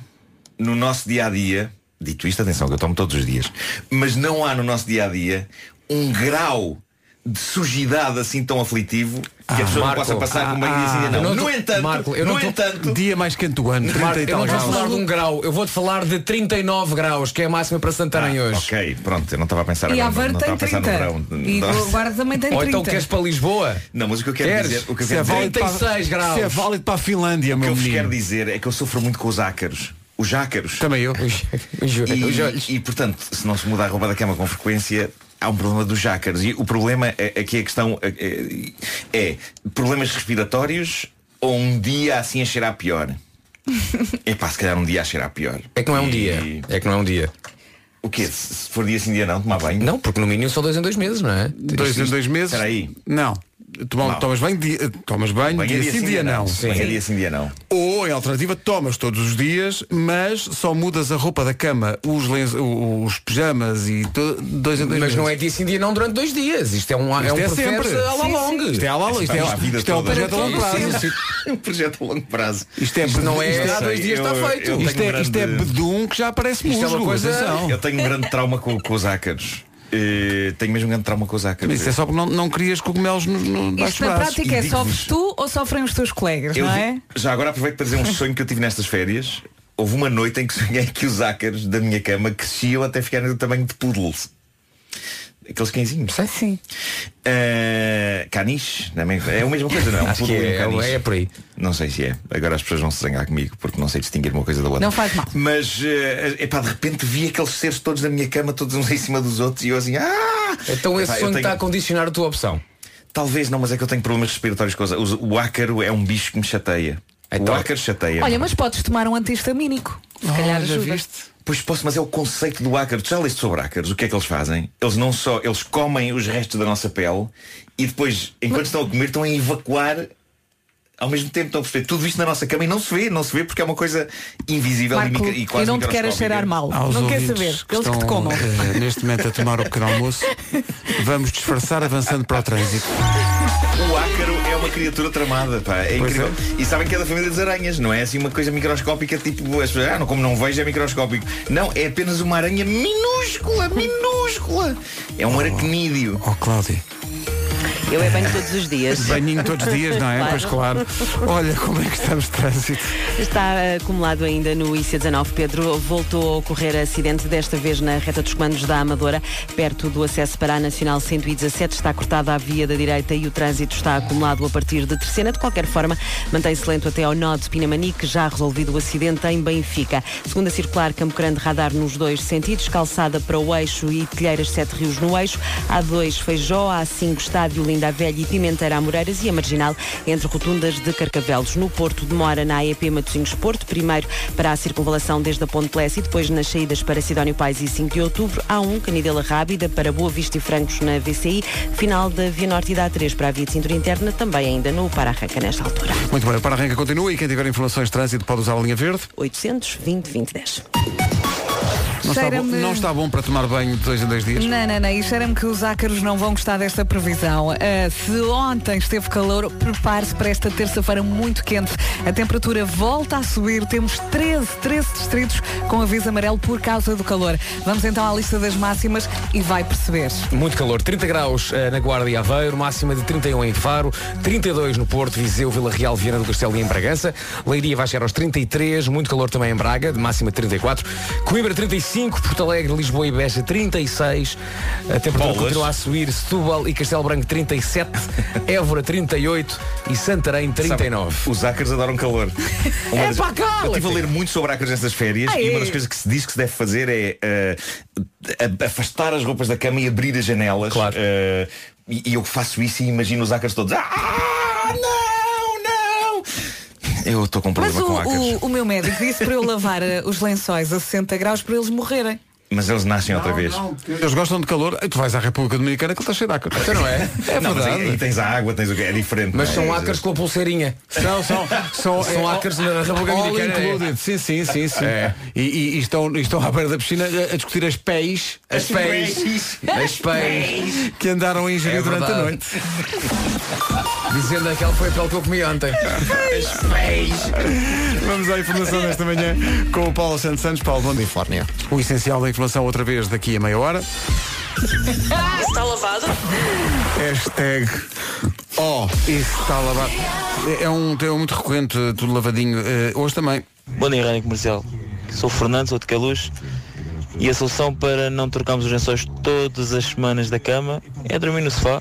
Speaker 4: no nosso dia a dia, dito isto, atenção, que eu tomo todos os dias, mas não há no nosso dia a dia um grau de sujidade assim tão aflitivo que a pessoa
Speaker 6: Marco.
Speaker 4: não possa passar
Speaker 1: Ah,
Speaker 4: com banho dia sim, dia não.
Speaker 6: eu não
Speaker 4: no
Speaker 6: tô-
Speaker 4: entanto,
Speaker 6: Marco, eu
Speaker 4: no
Speaker 6: não tô-
Speaker 4: entanto,
Speaker 1: Dia mais quente do ano, 30
Speaker 6: Marco,
Speaker 1: e
Speaker 6: eu
Speaker 1: tal
Speaker 6: não vou
Speaker 1: graus.
Speaker 6: falar de um grau, eu vou-te falar de 39 graus, que é a máxima para
Speaker 1: Ah,
Speaker 6: Santarém hoje.
Speaker 4: Ah, Ok, pronto, eu não estava a pensar
Speaker 3: E a
Speaker 4: agora. não-
Speaker 3: Aveiro
Speaker 4: não tá.
Speaker 3: tem
Speaker 4: estava a
Speaker 3: 30.
Speaker 4: pensar no verão.
Speaker 3: E
Speaker 4: Nossa.
Speaker 3: o Guarda também
Speaker 4: (laughs)
Speaker 3: tem
Speaker 6: Ou
Speaker 3: 30.
Speaker 6: então queres para Lisboa?
Speaker 4: Não, mas o que eu quero
Speaker 6: Queres?
Speaker 4: dizer, o que eu
Speaker 1: Se é,
Speaker 4: quero dizer,
Speaker 1: válido para,
Speaker 6: 36 graus.
Speaker 1: se é válido para a Finlândia,
Speaker 4: o que
Speaker 1: meu
Speaker 4: eu vos
Speaker 1: menino.
Speaker 4: quero dizer é que eu sofro muito com os ácaros. Os ácaros.
Speaker 1: Também eu.
Speaker 4: E,
Speaker 6: (laughs)
Speaker 1: então,
Speaker 6: Os olhos.
Speaker 4: e, portanto, se não se muda a roupa da cama com frequência, há um problema dos ácaros. E o problema é, aqui a questão é, é- é problemas respiratórios ou um dia assim a
Speaker 1: (laughs)
Speaker 4: cheirar pior? É pá, se calhar um dia a cheirar pior.
Speaker 6: É que não é um
Speaker 4: E-
Speaker 6: dia. É que não é um dia.
Speaker 4: O quê? Se se for dia sim, dia não, tomar banho?
Speaker 6: Não, porque no mínimo são dois em dois meses, não é?
Speaker 1: Dois em dois meses.
Speaker 4: Espera aí.
Speaker 1: Não. Toma-
Speaker 4: Não.
Speaker 1: Tomas banho, dia, tomas banho,
Speaker 4: Banho é
Speaker 1: dia, sim, dia, não.
Speaker 4: Banho é dia sim, dia
Speaker 6: (laughs)
Speaker 4: não.
Speaker 1: Ou, em alternativa, tomas todos os dias, mas só mudas a roupa da cama, os, lenço- o- os pijamas e to- dois a dois
Speaker 6: Mas
Speaker 1: meses.
Speaker 6: não é dia sim, dia não durante dois dias. Isto é um, é um
Speaker 1: Isto é
Speaker 6: processo
Speaker 1: sempre.
Speaker 6: à la
Speaker 1: Sim,
Speaker 6: longa.
Speaker 1: Isto é, à la- isto é,
Speaker 4: Para a vida
Speaker 1: isto é um
Speaker 4: toda.
Speaker 1: projeto a longo
Speaker 6: Para
Speaker 1: prazo.
Speaker 6: todos.
Speaker 1: Isto
Speaker 4: Um projeto a longo prazo.
Speaker 1: isto é,
Speaker 6: Isto não é-
Speaker 1: isto
Speaker 6: há dois dias está feito.
Speaker 4: eu
Speaker 1: isto
Speaker 4: tenho um
Speaker 1: é, isto é
Speaker 4: grande-
Speaker 1: bedum que já parece
Speaker 6: Isto é uma
Speaker 1: musgo.
Speaker 6: coisa-
Speaker 1: atenção.
Speaker 4: Eu tenho um grande trauma com, com os ácaros. Eh, tenho mesmo um grande trauma com os ácaros.
Speaker 1: Isso é só porque não, não querias cogumelos no, no,
Speaker 4: um
Speaker 1: baixo
Speaker 3: Isto na
Speaker 1: braço.
Speaker 3: prática é
Speaker 4: E
Speaker 3: sofres
Speaker 4: digo-vos-
Speaker 3: tu ou sofrem os teus colegas,
Speaker 4: Eu
Speaker 3: não
Speaker 4: vi-
Speaker 3: é?
Speaker 4: Já agora aproveito para dizer um sonho que eu tive nestas férias. Houve uma noite em que sonhei que os ácaros da minha cama cresciam até ficarem do tamanho de poodles. Aqueles cãezinhos.
Speaker 3: Ah, Sim.
Speaker 4: Eh, caniche, não é, mesmo? é a mesma coisa, não é? Um
Speaker 6: Acho que
Speaker 4: poodle e um
Speaker 6: é,
Speaker 4: caniche.
Speaker 6: é por aí.
Speaker 4: Não sei se é. Agora as pessoas vão se zangar comigo porque não sei distinguir uma coisa da outra.
Speaker 3: Não faz mal.
Speaker 4: Mas, eh, epá, de repente vi aqueles seres todos na minha cama, todos uns em cima dos outros e eu assim, ah!
Speaker 6: Então esse
Speaker 4: Epá, eu
Speaker 6: sonho
Speaker 4: tenho-
Speaker 6: está a condicionar a tua opção.
Speaker 4: Talvez não, mas é que eu tenho problemas respiratórios com os... os- O ácaro é um bicho que me chateia.
Speaker 6: Então-
Speaker 4: O ácaro chateia.
Speaker 3: Olha, mas podes tomar um antihistamínico. Se calhar ajuda.
Speaker 4: Pois posso, mas é o conceito do ácaro. Tu já leste sobre ácaros? O que é que eles fazem? Eles não só, eles comem os restos da nossa pele e depois, enquanto estão a comer, estão a evacuar ao mesmo tempo estão a perceber tudo isto na nossa cama e não se vê, não se vê porque é uma coisa invisível e,
Speaker 3: Marco,
Speaker 4: micro, e
Speaker 3: eu
Speaker 4: quase
Speaker 3: não te quero
Speaker 4: microscópica.
Speaker 3: cheirar mal.
Speaker 1: Aos
Speaker 3: não quer
Speaker 1: ouvintes
Speaker 3: saber. Eles que te
Speaker 1: estão,
Speaker 3: comam.
Speaker 1: eh, neste momento a tomar o pequeno
Speaker 3: (laughs)
Speaker 1: almoço, vamos disfarçar avançando para o trânsito.
Speaker 4: O ácaro é uma criatura tramada, pá. É
Speaker 1: Pois
Speaker 4: incrível. E sabem que é da família das aranhas, não é assim uma coisa microscópica, tipo, as pessoas, ah, não, como não vejo é microscópico. Não, é apenas uma aranha minúscula, minúscula. É um aracnídeo.
Speaker 1: Oh Cláudio,
Speaker 2: Eu é banho todos os dias.
Speaker 1: Banhinho todos os dias, não é? Pois claro. Olha como é que estamos de trânsito.
Speaker 2: Está acumulado ainda no IC19. Pedro, voltou a ocorrer acidente, desta vez na reta dos comandos da Amadora, perto do acesso para a Nacional 117. Está cortada a via da direita e o trânsito está acumulado a partir de Terceira. De qualquer forma, mantém-se lento até ao nó de Pinamanique, já resolvido o acidente em Benfica. Segunda circular, Campo Grande Radar nos dois sentidos, calçada para o eixo e Telheiras Sete Rios no eixo. A2 Feijó, A5 Estádio Linda a Velha e Pimenteira a Moreiras e a Marginal entre rotundas de Carcavelos. No Porto demora na AEP Matosinhos Porto, primeiro para a circunvalação desde a Ponte Leste e depois nas saídas para Sidónio Pais e 5 de Outubro. A1 Canidela Rábida para Boa Vista e Francos na VCI, final da Via Norte e da A3 para a Via de Cintura Interna, também ainda no Para-Arranca nesta altura.
Speaker 1: Muito bem, o para arranca continua e quem tiver informações de trânsito pode usar a linha verde.
Speaker 2: 820 2010.
Speaker 1: Não está, bom,
Speaker 3: Cheira-me-
Speaker 1: não está bom para tomar banho de dois em dois dias.
Speaker 3: Não, não, não. E cheira-me que os ácaros não vão gostar desta previsão. Ah, se ontem esteve calor, prepare-se para esta terça-feira muito quente. A temperatura volta a subir. Temos 13, 13 distritos com aviso amarelo por causa do calor. Vamos então à lista das máximas e vai perceber.
Speaker 6: Muito calor, 30 graus eh, na Guarda e Aveiro, máxima de 31 em Faro, 32 no Porto, Viseu, Vila Real, Viana do Castelo e em Bragança, Leiria vai chegar aos 33, muito calor também em Braga, de máxima de 34, Coimbra 35, Porto Alegre, Lisboa e Beja 36, a temperatura
Speaker 4: Bolas.
Speaker 6: continua a subir, Setúbal e Castelo Branco 37, Évora 38 e Santarém 39.
Speaker 4: Sabe, os ácaros adoram calor. Uma
Speaker 6: É
Speaker 4: das-
Speaker 6: pá, cala-te!
Speaker 4: Eu estive a ler muito sobre ácaros nestas férias
Speaker 6: Ai,
Speaker 4: e uma
Speaker 6: ai.
Speaker 4: das coisas que se diz que se deve fazer é eh, a- afastar as roupas da cama e abrir as janelas. Claro. e, e eu faço isso e imagino os ácaros todos. Ah, não, não! Eu estou com um
Speaker 3: Mas
Speaker 4: problema
Speaker 3: o,
Speaker 4: com ácaros.
Speaker 3: o- o meu médico disse para eu lavar ah, os lençóis a 60 graus para eles morrerem.
Speaker 4: Mas eles nascem outra vez.
Speaker 1: Eles gostam de calor. E Tu vais à República Dominicana que ele está cheio de ácaros. Então não é? É
Speaker 4: não, mas
Speaker 1: verdade.
Speaker 4: aí, aí tens a água, tens o que é diferente.
Speaker 6: Mas
Speaker 4: não é?
Speaker 6: são
Speaker 4: Quer
Speaker 6: ácaros com a pulseirinha.
Speaker 1: São, são, são,
Speaker 6: São
Speaker 1: é,
Speaker 6: hackers na República
Speaker 1: all
Speaker 6: Dominicana, é.
Speaker 1: included. Sim, sim, sim, sim. E, e- e estão, e estão à beira da piscina a, a discutir as pés
Speaker 6: As pés, (laughs) as pés,
Speaker 1: que andaram a ingerir
Speaker 6: É
Speaker 1: durante a
Speaker 6: verdade.
Speaker 1: noite.
Speaker 6: dizendo aquela foi a pele que eu comi ontem.
Speaker 1: Vamos à informação desta manhã com o Paulo Santos Santos. Paulo, bom dia.
Speaker 7: Califórnia.
Speaker 1: O essencial da informação outra vez daqui a meia hora.
Speaker 2: Está lavado?
Speaker 1: Hashtag Oh, isso está lavado. É- É um tema muito recorrente, eh, tudo lavadinho. Eh, hoje também.
Speaker 11: Bom dia, Rádio Comercial. Sou o Fernando, sou de Queluz. E a solução para não trocarmos os lençóis todas as semanas da cama é dormir no sofá.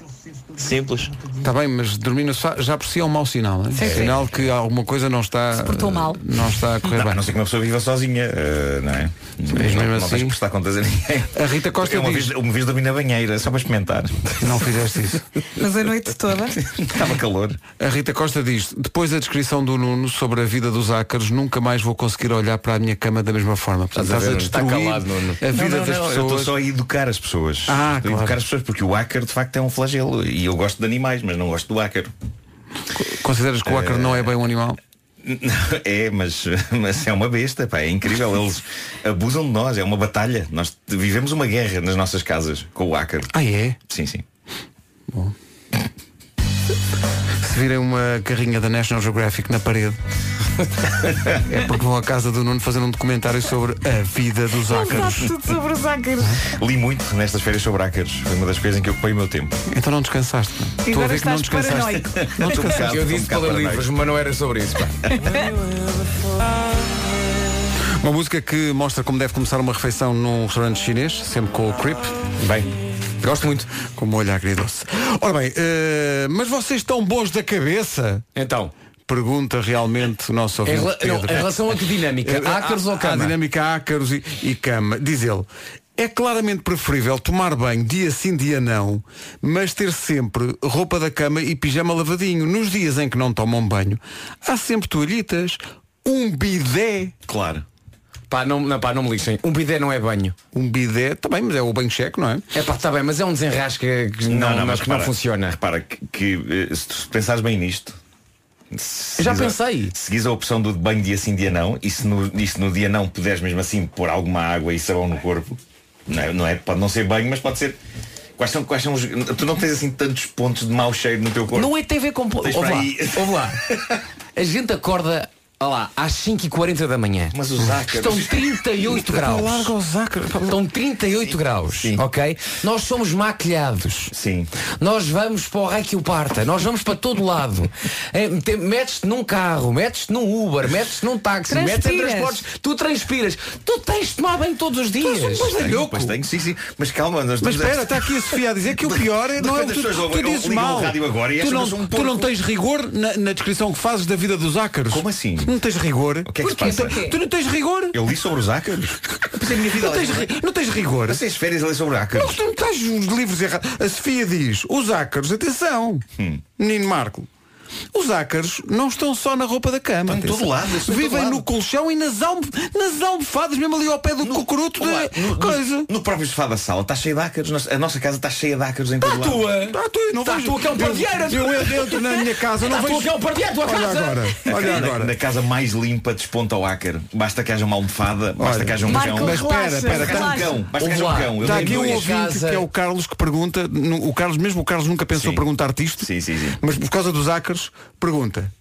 Speaker 11: Simples.
Speaker 1: Está bem, mas dormir no sofá já por si é um mau sinal, não é?
Speaker 3: Sim, sim.
Speaker 1: Sinal que alguma coisa não está. Se
Speaker 3: portou mal.
Speaker 1: Não está a correr
Speaker 4: dizer, A
Speaker 1: bem.
Speaker 4: não ser que uma pessoa viva sozinha, eh, não é?
Speaker 1: mesmo
Speaker 4: não, não
Speaker 1: assim-
Speaker 4: tens que prestar contas a ninguém.
Speaker 1: A Rita Costa
Speaker 4: Eu uma
Speaker 1: diz-
Speaker 4: vez, uma vez dormi na banheira, só para
Speaker 1: (laughs)
Speaker 4: experimentar.
Speaker 1: Não fizeste isso.
Speaker 3: Mas a noite toda.
Speaker 4: Estava calor.
Speaker 1: A Rita Costa diz, depois da descrição do Nuno sobre a vida dos ácaros, nunca mais vou conseguir olhar para a minha cama da mesma forma. Portanto,
Speaker 6: Estás
Speaker 1: estás
Speaker 6: a
Speaker 1: a
Speaker 6: ver, está
Speaker 1: destruir
Speaker 6: calado, Nuno.
Speaker 1: a vida das
Speaker 4: Eu estou
Speaker 1: pessoas.
Speaker 4: só a educar as pessoas.
Speaker 1: Ah,
Speaker 4: Estou a
Speaker 1: claro.
Speaker 4: educar as pessoas porque o ácaro de facto é um flagelo. E eu gosto de animais, mas não gosto do ácaro.
Speaker 1: Consideras que o ácaro não é bem um animal?
Speaker 4: (laughs) É, mas, mas é uma besta, pá, é incrível. Eles abusam de nós, é uma batalha. Nós vivemos uma guerra nas nossas casas com o ácaro.
Speaker 1: Ah, é?
Speaker 4: Sim, sim.
Speaker 1: Se virem uma carrinha da National Geographic na
Speaker 3: (laughs)
Speaker 1: parede, é porque vão à casa do Nuno fazer um documentário sobre a vida dos ácaros.
Speaker 3: Sabe tudo sobre os ácaros.
Speaker 4: Li muito nestas férias sobre ácaros. Foi uma das férias em que eu ocupei o meu tempo.
Speaker 1: Então não descansaste. não?
Speaker 3: E
Speaker 1: Estou a
Speaker 3: agora
Speaker 1: ver que não
Speaker 3: estás
Speaker 1: descansaste.
Speaker 3: paranoico.
Speaker 4: Não
Speaker 6: Eu disse para ler livros, mas não era sobre isso. pá.
Speaker 1: Uma música que mostra como deve começar uma refeição num restaurante chinês, sempre com o creep.
Speaker 6: Bem, gosto muito.
Speaker 1: Com molho agridoce. Ora bem, eh, mas vocês estão bons da cabeça?
Speaker 6: Então,
Speaker 1: Pergunta realmente o nosso
Speaker 6: em,
Speaker 1: ouvinte
Speaker 6: rela- não, em
Speaker 1: Pedro.
Speaker 6: relação a que
Speaker 1: (laughs)
Speaker 6: dinâmica?
Speaker 1: Eh,
Speaker 6: Ácaros
Speaker 1: há-
Speaker 6: ou
Speaker 1: há
Speaker 6: cama?
Speaker 1: dinâmica ácaros e, e cama. Diz ele, é claramente preferível tomar banho dia sim, dia não, mas ter sempre roupa da cama e pijama lavadinho. Nos dias em que não tomam banho, há sempre toalhitas, um bidé.
Speaker 4: Claro.
Speaker 6: Pá, não, não, pá, não me lixem. Um bidé não é banho.
Speaker 1: Um bidé, também, mas é o banho checo, não é?
Speaker 6: É pá, está bem, mas é um desenrasque que não, mas que não funciona.
Speaker 4: Repara que, que, eh, se tu pensares bem nisto. se
Speaker 6: Já
Speaker 4: seguis a-
Speaker 6: pensei.
Speaker 4: Seguis a opção do banho dia sim, dia não E se no, e se no dia não puderes mesmo assim Pôr alguma água e sabão no corpo não é, não é- Pode não ser banho, mas pode ser Quais são, quais são os Tu não tens assim tantos pontos de mau cheiro no teu corpo
Speaker 6: Não é TV com... po-
Speaker 4: Tens
Speaker 6: (laughs) Ouve
Speaker 4: para
Speaker 6: lá,
Speaker 4: aí.
Speaker 6: ouve lá. A gente acorda Olha lá, às 5h40 da manhã.
Speaker 4: Mas os ácaros-
Speaker 6: Estão 38 graus.
Speaker 1: Larga os ácaros.
Speaker 6: Estão 38 graus, ok? Nós somos maquilhados.
Speaker 4: Sim.
Speaker 6: Nós vamos para o raio que o parta. Nós vamos para todo lado. É, te- Metes-te num carro, metes-te num Uber, metes-te num táxi, metes-te em
Speaker 4: Transpiras.
Speaker 6: transportes. Tu transpiras. Tu tens de tomar bem todos os dias.
Speaker 4: Pois tenho, pois tenho, sim, sim. Mas calma, nós
Speaker 1: Mas
Speaker 4: estamos
Speaker 1: espera, está aqui a Sofia a dizer
Speaker 4: (laughs)
Speaker 1: que o
Speaker 4: De-
Speaker 1: pior
Speaker 4: de
Speaker 1: é não é o
Speaker 4: repente
Speaker 1: que
Speaker 4: as
Speaker 1: tu,
Speaker 4: pessoas
Speaker 1: tu
Speaker 4: ligam-
Speaker 1: dizes
Speaker 4: ligam
Speaker 1: mal.
Speaker 4: o rádio agora e
Speaker 1: tu, não,
Speaker 4: acham-nos um
Speaker 1: tu não
Speaker 4: pouco-
Speaker 1: tens rigor na, na descrição que fazes da vida dos ácaros. Como
Speaker 4: assim?
Speaker 1: Não tens rigor. O
Speaker 4: que é que se passa?
Speaker 1: Tu não tens rigor?
Speaker 4: Eu li sobre os ácaros. Pensei, minha vida,
Speaker 1: Não tens ri- não tens rigor.
Speaker 4: Passei as férias a ler sobre
Speaker 1: Não,
Speaker 4: ácaros.
Speaker 1: tu não estás nos livros errados. A Sofia diz, os ácaros, atenção,
Speaker 4: Hum.
Speaker 1: menino Marco. Os ácaros não estão só na roupa da cama.
Speaker 4: Estão em todo
Speaker 1: atenção.
Speaker 4: lado, estão em
Speaker 1: Vivem
Speaker 4: todo lado.
Speaker 1: no colchão e nas, alm nas almofadas, mesmo ali ao pé do cocoruto.
Speaker 4: Olá,
Speaker 1: da
Speaker 4: no, no,
Speaker 1: coisa.
Speaker 4: no próprio sofá da sala está cheio de ácaros. Nós- A nossa casa está cheia de ácaros em todo
Speaker 1: Está a
Speaker 4: lado.
Speaker 1: tua! Está a tua, não
Speaker 4: Tá
Speaker 1: vejo.
Speaker 4: a tua, que é um pardieira.
Speaker 1: Eu, eu entro na minha casa, não
Speaker 4: Tá a
Speaker 1: vejo.
Speaker 4: tua, que é um pardieiro, tua
Speaker 1: Olha
Speaker 4: casa.
Speaker 1: agora, olha
Speaker 4: Na-
Speaker 1: agora.
Speaker 4: Na casa mais limpa desponta o ácaro. Basta que haja uma almofada, basta que haja um
Speaker 1: Marco,
Speaker 4: cão.
Speaker 1: Mas espera, tá- espera,
Speaker 4: Basta que haja um cão. Basta que haja um cão. Eu
Speaker 1: Está
Speaker 4: lembro
Speaker 1: aqui um
Speaker 4: isso.
Speaker 1: ouvinte que é o Carlos que pergunta, nu- o Carlos, mesmo o Carlos nunca pensou perguntar-te isto, mas por causa dos ácaros, pergunta,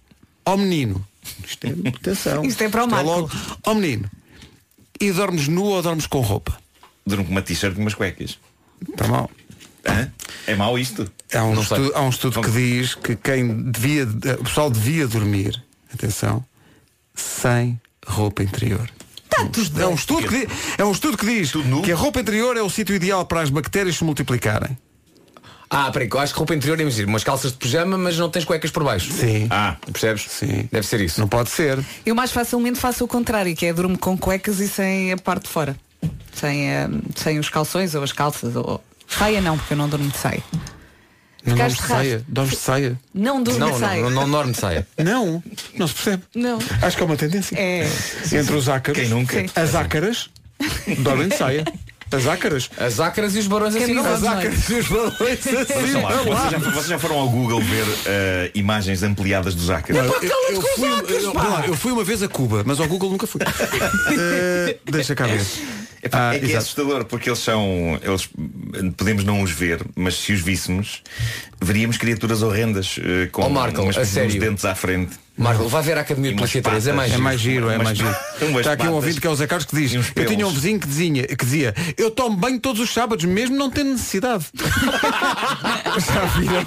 Speaker 1: ó menino, isto é, atenção,
Speaker 3: (laughs) Isto é para o
Speaker 1: é
Speaker 3: Marco.
Speaker 1: logo, ó menino, e dormes nu ou dormes com roupa?
Speaker 4: Durmo com uma t-shirt e umas cuecas.
Speaker 1: Está mal.
Speaker 4: Hã? É mau isto?
Speaker 1: Há um,
Speaker 4: Não sei.
Speaker 1: estudo, há um estudo que diz que quem devia, eh, o pessoal devia dormir, atenção, sem roupa interior. É um estudo que diz, é um estudo que, diz que a roupa interior é o sítio ideal para as bactérias se multiplicarem.
Speaker 6: Ah, peraí, eu acho que roupa interior é imagino, umas calças de pijama, mas não tens cuecas por baixo.
Speaker 1: Sim.
Speaker 4: Ah,
Speaker 6: percebes?
Speaker 1: Sim.
Speaker 6: Deve ser isso.
Speaker 1: Não pode ser.
Speaker 3: Eu mais facilmente faço o contrário, que é durmo com cuecas e sem a parte de fora. Sem, eh, sem os calções ou as calças. Ou... Saia não, porque eu não durmo de saia.
Speaker 1: Não dormes
Speaker 3: Ficaste
Speaker 1: de
Speaker 3: raso.
Speaker 1: saia. Dormes de saia.
Speaker 3: Não durmo de saia.
Speaker 6: dorme de saia.
Speaker 1: Não, não se percebe.
Speaker 3: Não.
Speaker 1: Acho que é uma tendência.
Speaker 3: É.
Speaker 1: Entre os ácaros.
Speaker 4: Quem nunca?
Speaker 1: Sim. As ácaras dormem de saia. As ácaras.
Speaker 6: As ácaras e os barões
Speaker 1: Quem
Speaker 6: assim.
Speaker 1: diz as ácaras e os barões
Speaker 4: Mas,
Speaker 1: assim.
Speaker 4: sei lá, vocês, já, vocês já foram ao Google ver eh, imagens ampliadas dos ácaros?
Speaker 1: Não, eu, eu fui, eu, lá, eu fui uma vez a Cuba, mas ao Google
Speaker 3: (laughs)
Speaker 1: nunca fui. Eh, deixa cá ver.
Speaker 4: Epá,
Speaker 1: Ah,
Speaker 4: é que é
Speaker 1: exato.
Speaker 4: assustador porque eles são. Eles podemos não os ver, mas se os víssemos, veríamos criaturas horrendas eh, com
Speaker 6: Oh, Marco,
Speaker 4: umas,
Speaker 6: a
Speaker 4: uns
Speaker 6: sério.
Speaker 4: dentes à frente.
Speaker 6: Marco, vai ver a Academia de Polícia 3, é mais
Speaker 1: É
Speaker 6: giro.
Speaker 1: mais giro, é
Speaker 4: Umas- (laughs)
Speaker 1: mais giro.
Speaker 4: umas
Speaker 1: Está aqui um
Speaker 4: patas.
Speaker 1: ouvinte que é o Zé Carlos que diz, eu
Speaker 4: pelos.
Speaker 1: tinha um vizinho que dizia, que dizia, eu tomo banho todos os sábados, mesmo não tendo
Speaker 4: (laughs)
Speaker 1: necessidade. Já viram?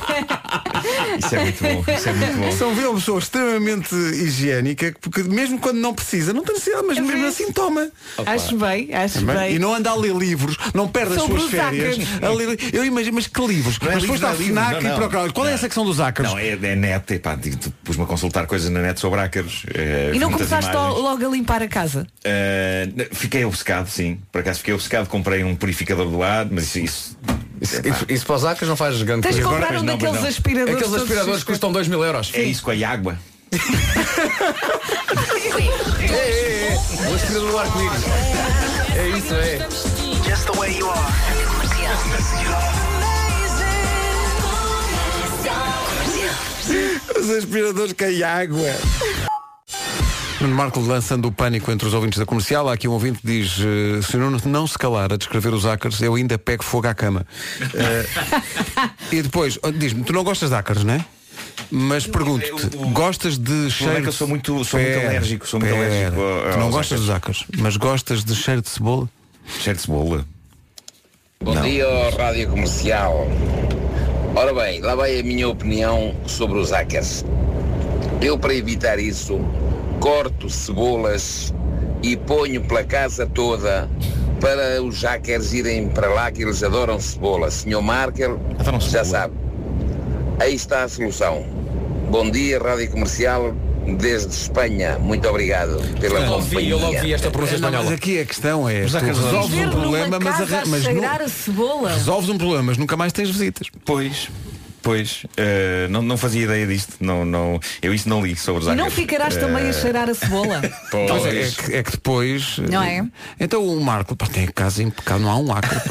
Speaker 4: Isso é muito bom, isso é muito bom.
Speaker 1: São ver uma pessoa extremamente higiênica, porque mesmo quando não precisa, não tem necessidade, mas mesmo assim toma.
Speaker 3: É Acho bem, acho
Speaker 1: Também.
Speaker 3: bem.
Speaker 1: E não anda a ler livros, não perde as
Speaker 3: Sobre
Speaker 1: suas
Speaker 3: os
Speaker 1: férias.
Speaker 3: ácaros.
Speaker 1: a ler- eu imagino, mas que livros?
Speaker 4: Não é
Speaker 1: mas
Speaker 4: livro,
Speaker 1: foste
Speaker 4: não é
Speaker 1: à
Speaker 4: livro,
Speaker 1: FNAC
Speaker 4: não,
Speaker 1: e
Speaker 4: não.
Speaker 1: procurar. Qual é a secção dos ácaros?
Speaker 4: Não, é, é net, epá, digo, tu- pus-me a consultar coisas na net sobre ácaros. eh,
Speaker 3: E não
Speaker 4: muitas
Speaker 3: começaste
Speaker 4: imagens.
Speaker 3: lo- logo a limpar a casa?
Speaker 4: Eh, n- fiquei obcecado, sim. Por acaso fiquei obcecado, comprei um purificador do ar, mas isso.
Speaker 6: Isso,
Speaker 4: epá,
Speaker 6: isso, isso para os ácaros não faz grande
Speaker 3: Tens de
Speaker 6: coisa.
Speaker 3: comprar
Speaker 4: pois
Speaker 3: um
Speaker 4: não,
Speaker 3: daqueles
Speaker 4: pois não.
Speaker 3: aspiradores.
Speaker 6: Aqueles
Speaker 3: todos
Speaker 6: aspiradores que
Speaker 3: sujos.
Speaker 6: custam 2 mil euros.
Speaker 4: é isso com a água.
Speaker 6: O aspirador do arco-íris. É isso, é.
Speaker 5: Just the way you are. Comercial.
Speaker 1: Os aspiradores caem água. Nuno Marco lançando o pânico entre os ouvintes da comercial. Há aqui um ouvinte que diz: eh, Se o Nuno não se calar a descrever os ácaros, eu ainda pego fogo à
Speaker 4: (laughs)
Speaker 1: cama. Eh, e depois, oh, diz-me: Tu não gostas de ácaros, não é? Mas pergunto-te: Gostas de
Speaker 4: problema é
Speaker 1: cheiro.
Speaker 4: que eu sou
Speaker 1: de-
Speaker 4: muito- sou muito alérgico, sou muito alérgico a-
Speaker 1: Tu não
Speaker 4: aos
Speaker 1: gostas dos ácaros, mas gostas de cheiro de cebola?
Speaker 4: Cheiro de cebola.
Speaker 12: Bom
Speaker 4: Não.
Speaker 12: dia, Rádio Comercial. Ora bem, lá vai a minha opinião sobre os hackers. Eu, para evitar isso, corto cebolas e ponho pela casa toda para os hackers irem para lá, que eles adoram cebola. Senhor Markel, já sabe. Aí está a solução. Bom dia, Rádio Comercial, desde Espanha. Muito obrigado pela companhia.
Speaker 1: Eh, não, Mas aqui a questão é:
Speaker 12: Os
Speaker 1: Tu
Speaker 12: ácaros adoram
Speaker 1: resolves
Speaker 3: Ver
Speaker 1: um
Speaker 3: numa
Speaker 1: problema, mas,
Speaker 3: casa
Speaker 1: arran- mas nu-
Speaker 3: cheirar a cebola.
Speaker 1: resolves um problema, mas nunca mais tens visitas.
Speaker 4: Pois, pois, eh, não, não fazia ideia disto. Não, não, eu isso não li sobre os
Speaker 3: E
Speaker 4: ácaros.
Speaker 3: não ficarás
Speaker 4: Eh,
Speaker 3: também a cheirar a cebola?
Speaker 4: Pois.
Speaker 1: Pois é, que, é que depois.
Speaker 3: Não é?
Speaker 1: Então o Marco pá, tem a casa impecável, não há um acro.
Speaker 4: (laughs)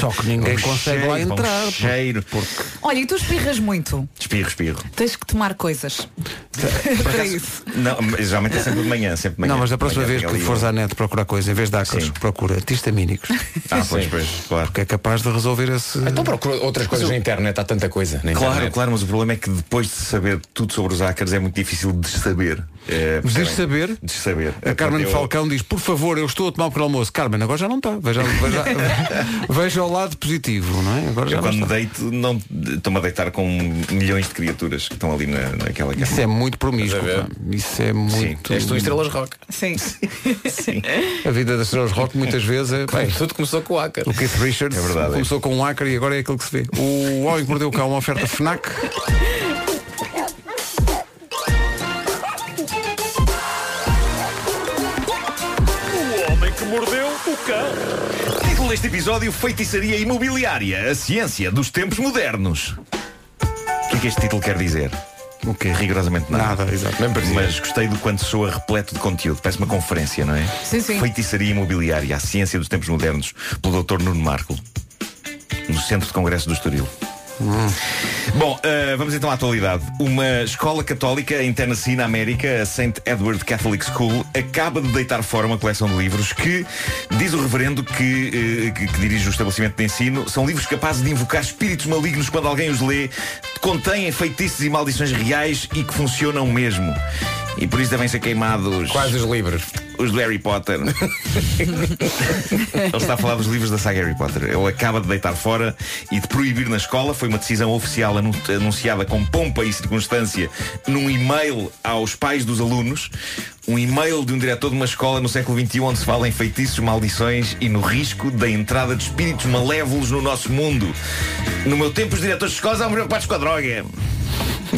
Speaker 1: Só que ninguém
Speaker 4: Um
Speaker 1: consegue
Speaker 4: cheiro,
Speaker 1: lá entrar.
Speaker 4: Um cheiro, porque.
Speaker 3: Olha, e tu espirras muito.
Speaker 4: Espirro, espirro.
Speaker 3: Tens que tomar coisas. (laughs) Para isso.
Speaker 4: Não, mas geralmente é sempre de manhã, sempre de manhã.
Speaker 1: não, mas da próxima
Speaker 4: Manhã
Speaker 1: vez
Speaker 4: tem
Speaker 1: que
Speaker 4: ali
Speaker 1: fores
Speaker 4: um-
Speaker 1: à net procurar coisa, em vez de acros, procura
Speaker 4: (laughs)
Speaker 1: tistamínicos.
Speaker 4: Ah, pois, pois, claro.
Speaker 1: Porque é capaz de resolver esse.
Speaker 4: Ah,
Speaker 6: Então procura outras coisas na internet, há tanta coisa. Na
Speaker 4: Claro,
Speaker 6: internet.
Speaker 4: claro, mas o problema é que depois de saber tudo sobre os ácaros é muito difícil de saber Eh,
Speaker 1: Mas diz
Speaker 4: percebem?
Speaker 1: saber.
Speaker 4: De saber.
Speaker 1: A Carmen
Speaker 4: Eu-
Speaker 1: Falcão diz, por favor, eu estou a tomar o pequeno almoço. Carmen, agora já não está. Veja,
Speaker 4: (laughs)
Speaker 1: veja, veja o lado positivo, não é? Agora já
Speaker 4: Eu
Speaker 1: não
Speaker 4: quando me
Speaker 1: está.
Speaker 4: deito, não estou-me a deitar com milhões de criaturas que estão ali na, naquela cama.
Speaker 1: Isso é muito promíscuo. pá. Isso é muito.
Speaker 4: És tu estrelas
Speaker 6: rock.
Speaker 3: Sim.
Speaker 4: Sim.
Speaker 1: A vida das estrelas rock muitas vezes é. Bem,
Speaker 6: tudo começou com o Acker.
Speaker 1: O Keith Richards
Speaker 4: É verdade, é.
Speaker 1: começou com um Acker e agora é aquilo que se vê. O Homem que Mordeu o Cão, uma oferta FNAC. é
Speaker 5: O homem que mordeu o cão.
Speaker 4: Título deste episódio Feitiçaria Imobiliária, a ciência dos tempos modernos. O que é que este título quer dizer?
Speaker 1: O quê?
Speaker 4: é Rigorosamente nada.
Speaker 1: Nada, exato.
Speaker 4: Mas gostei do quanto soa repleto de conteúdo. Parece uma conferência, não é?
Speaker 3: Sim, sim.
Speaker 4: Feitiçaria Imobiliária, a ciência dos tempos modernos, pelo Dr. Nuno Marco, no Centro de Congresso do Estoril. Bom, eh, vamos então à atualidade. Uma escola católica em Tennessee, na América, a St. Edward Catholic School, acaba de deitar fora uma coleção de livros que, diz o reverendo que, eh, que, que dirige o estabelecimento de ensino, são livros capazes de invocar espíritos malignos quando alguém os lê, contêm feitiços e maldições reais e que funcionam mesmo. E por isso devem ser queimados. Quais
Speaker 6: os livros?
Speaker 4: Os do Harry Potter. Ele está a falar dos livros da saga Harry Potter. Ele acaba de deitar fora e de proibir na escola. Foi uma decisão oficial anu- anunciada com pompa e circunstância num e-mail aos pais dos alunos. Um e-mail de um diretor de uma escola no século XXI onde se fala em feitiços, maldições e no risco da entrada de espíritos malévolos no nosso mundo. No meu tempo, os diretores de escolas eram preocupados com a droga.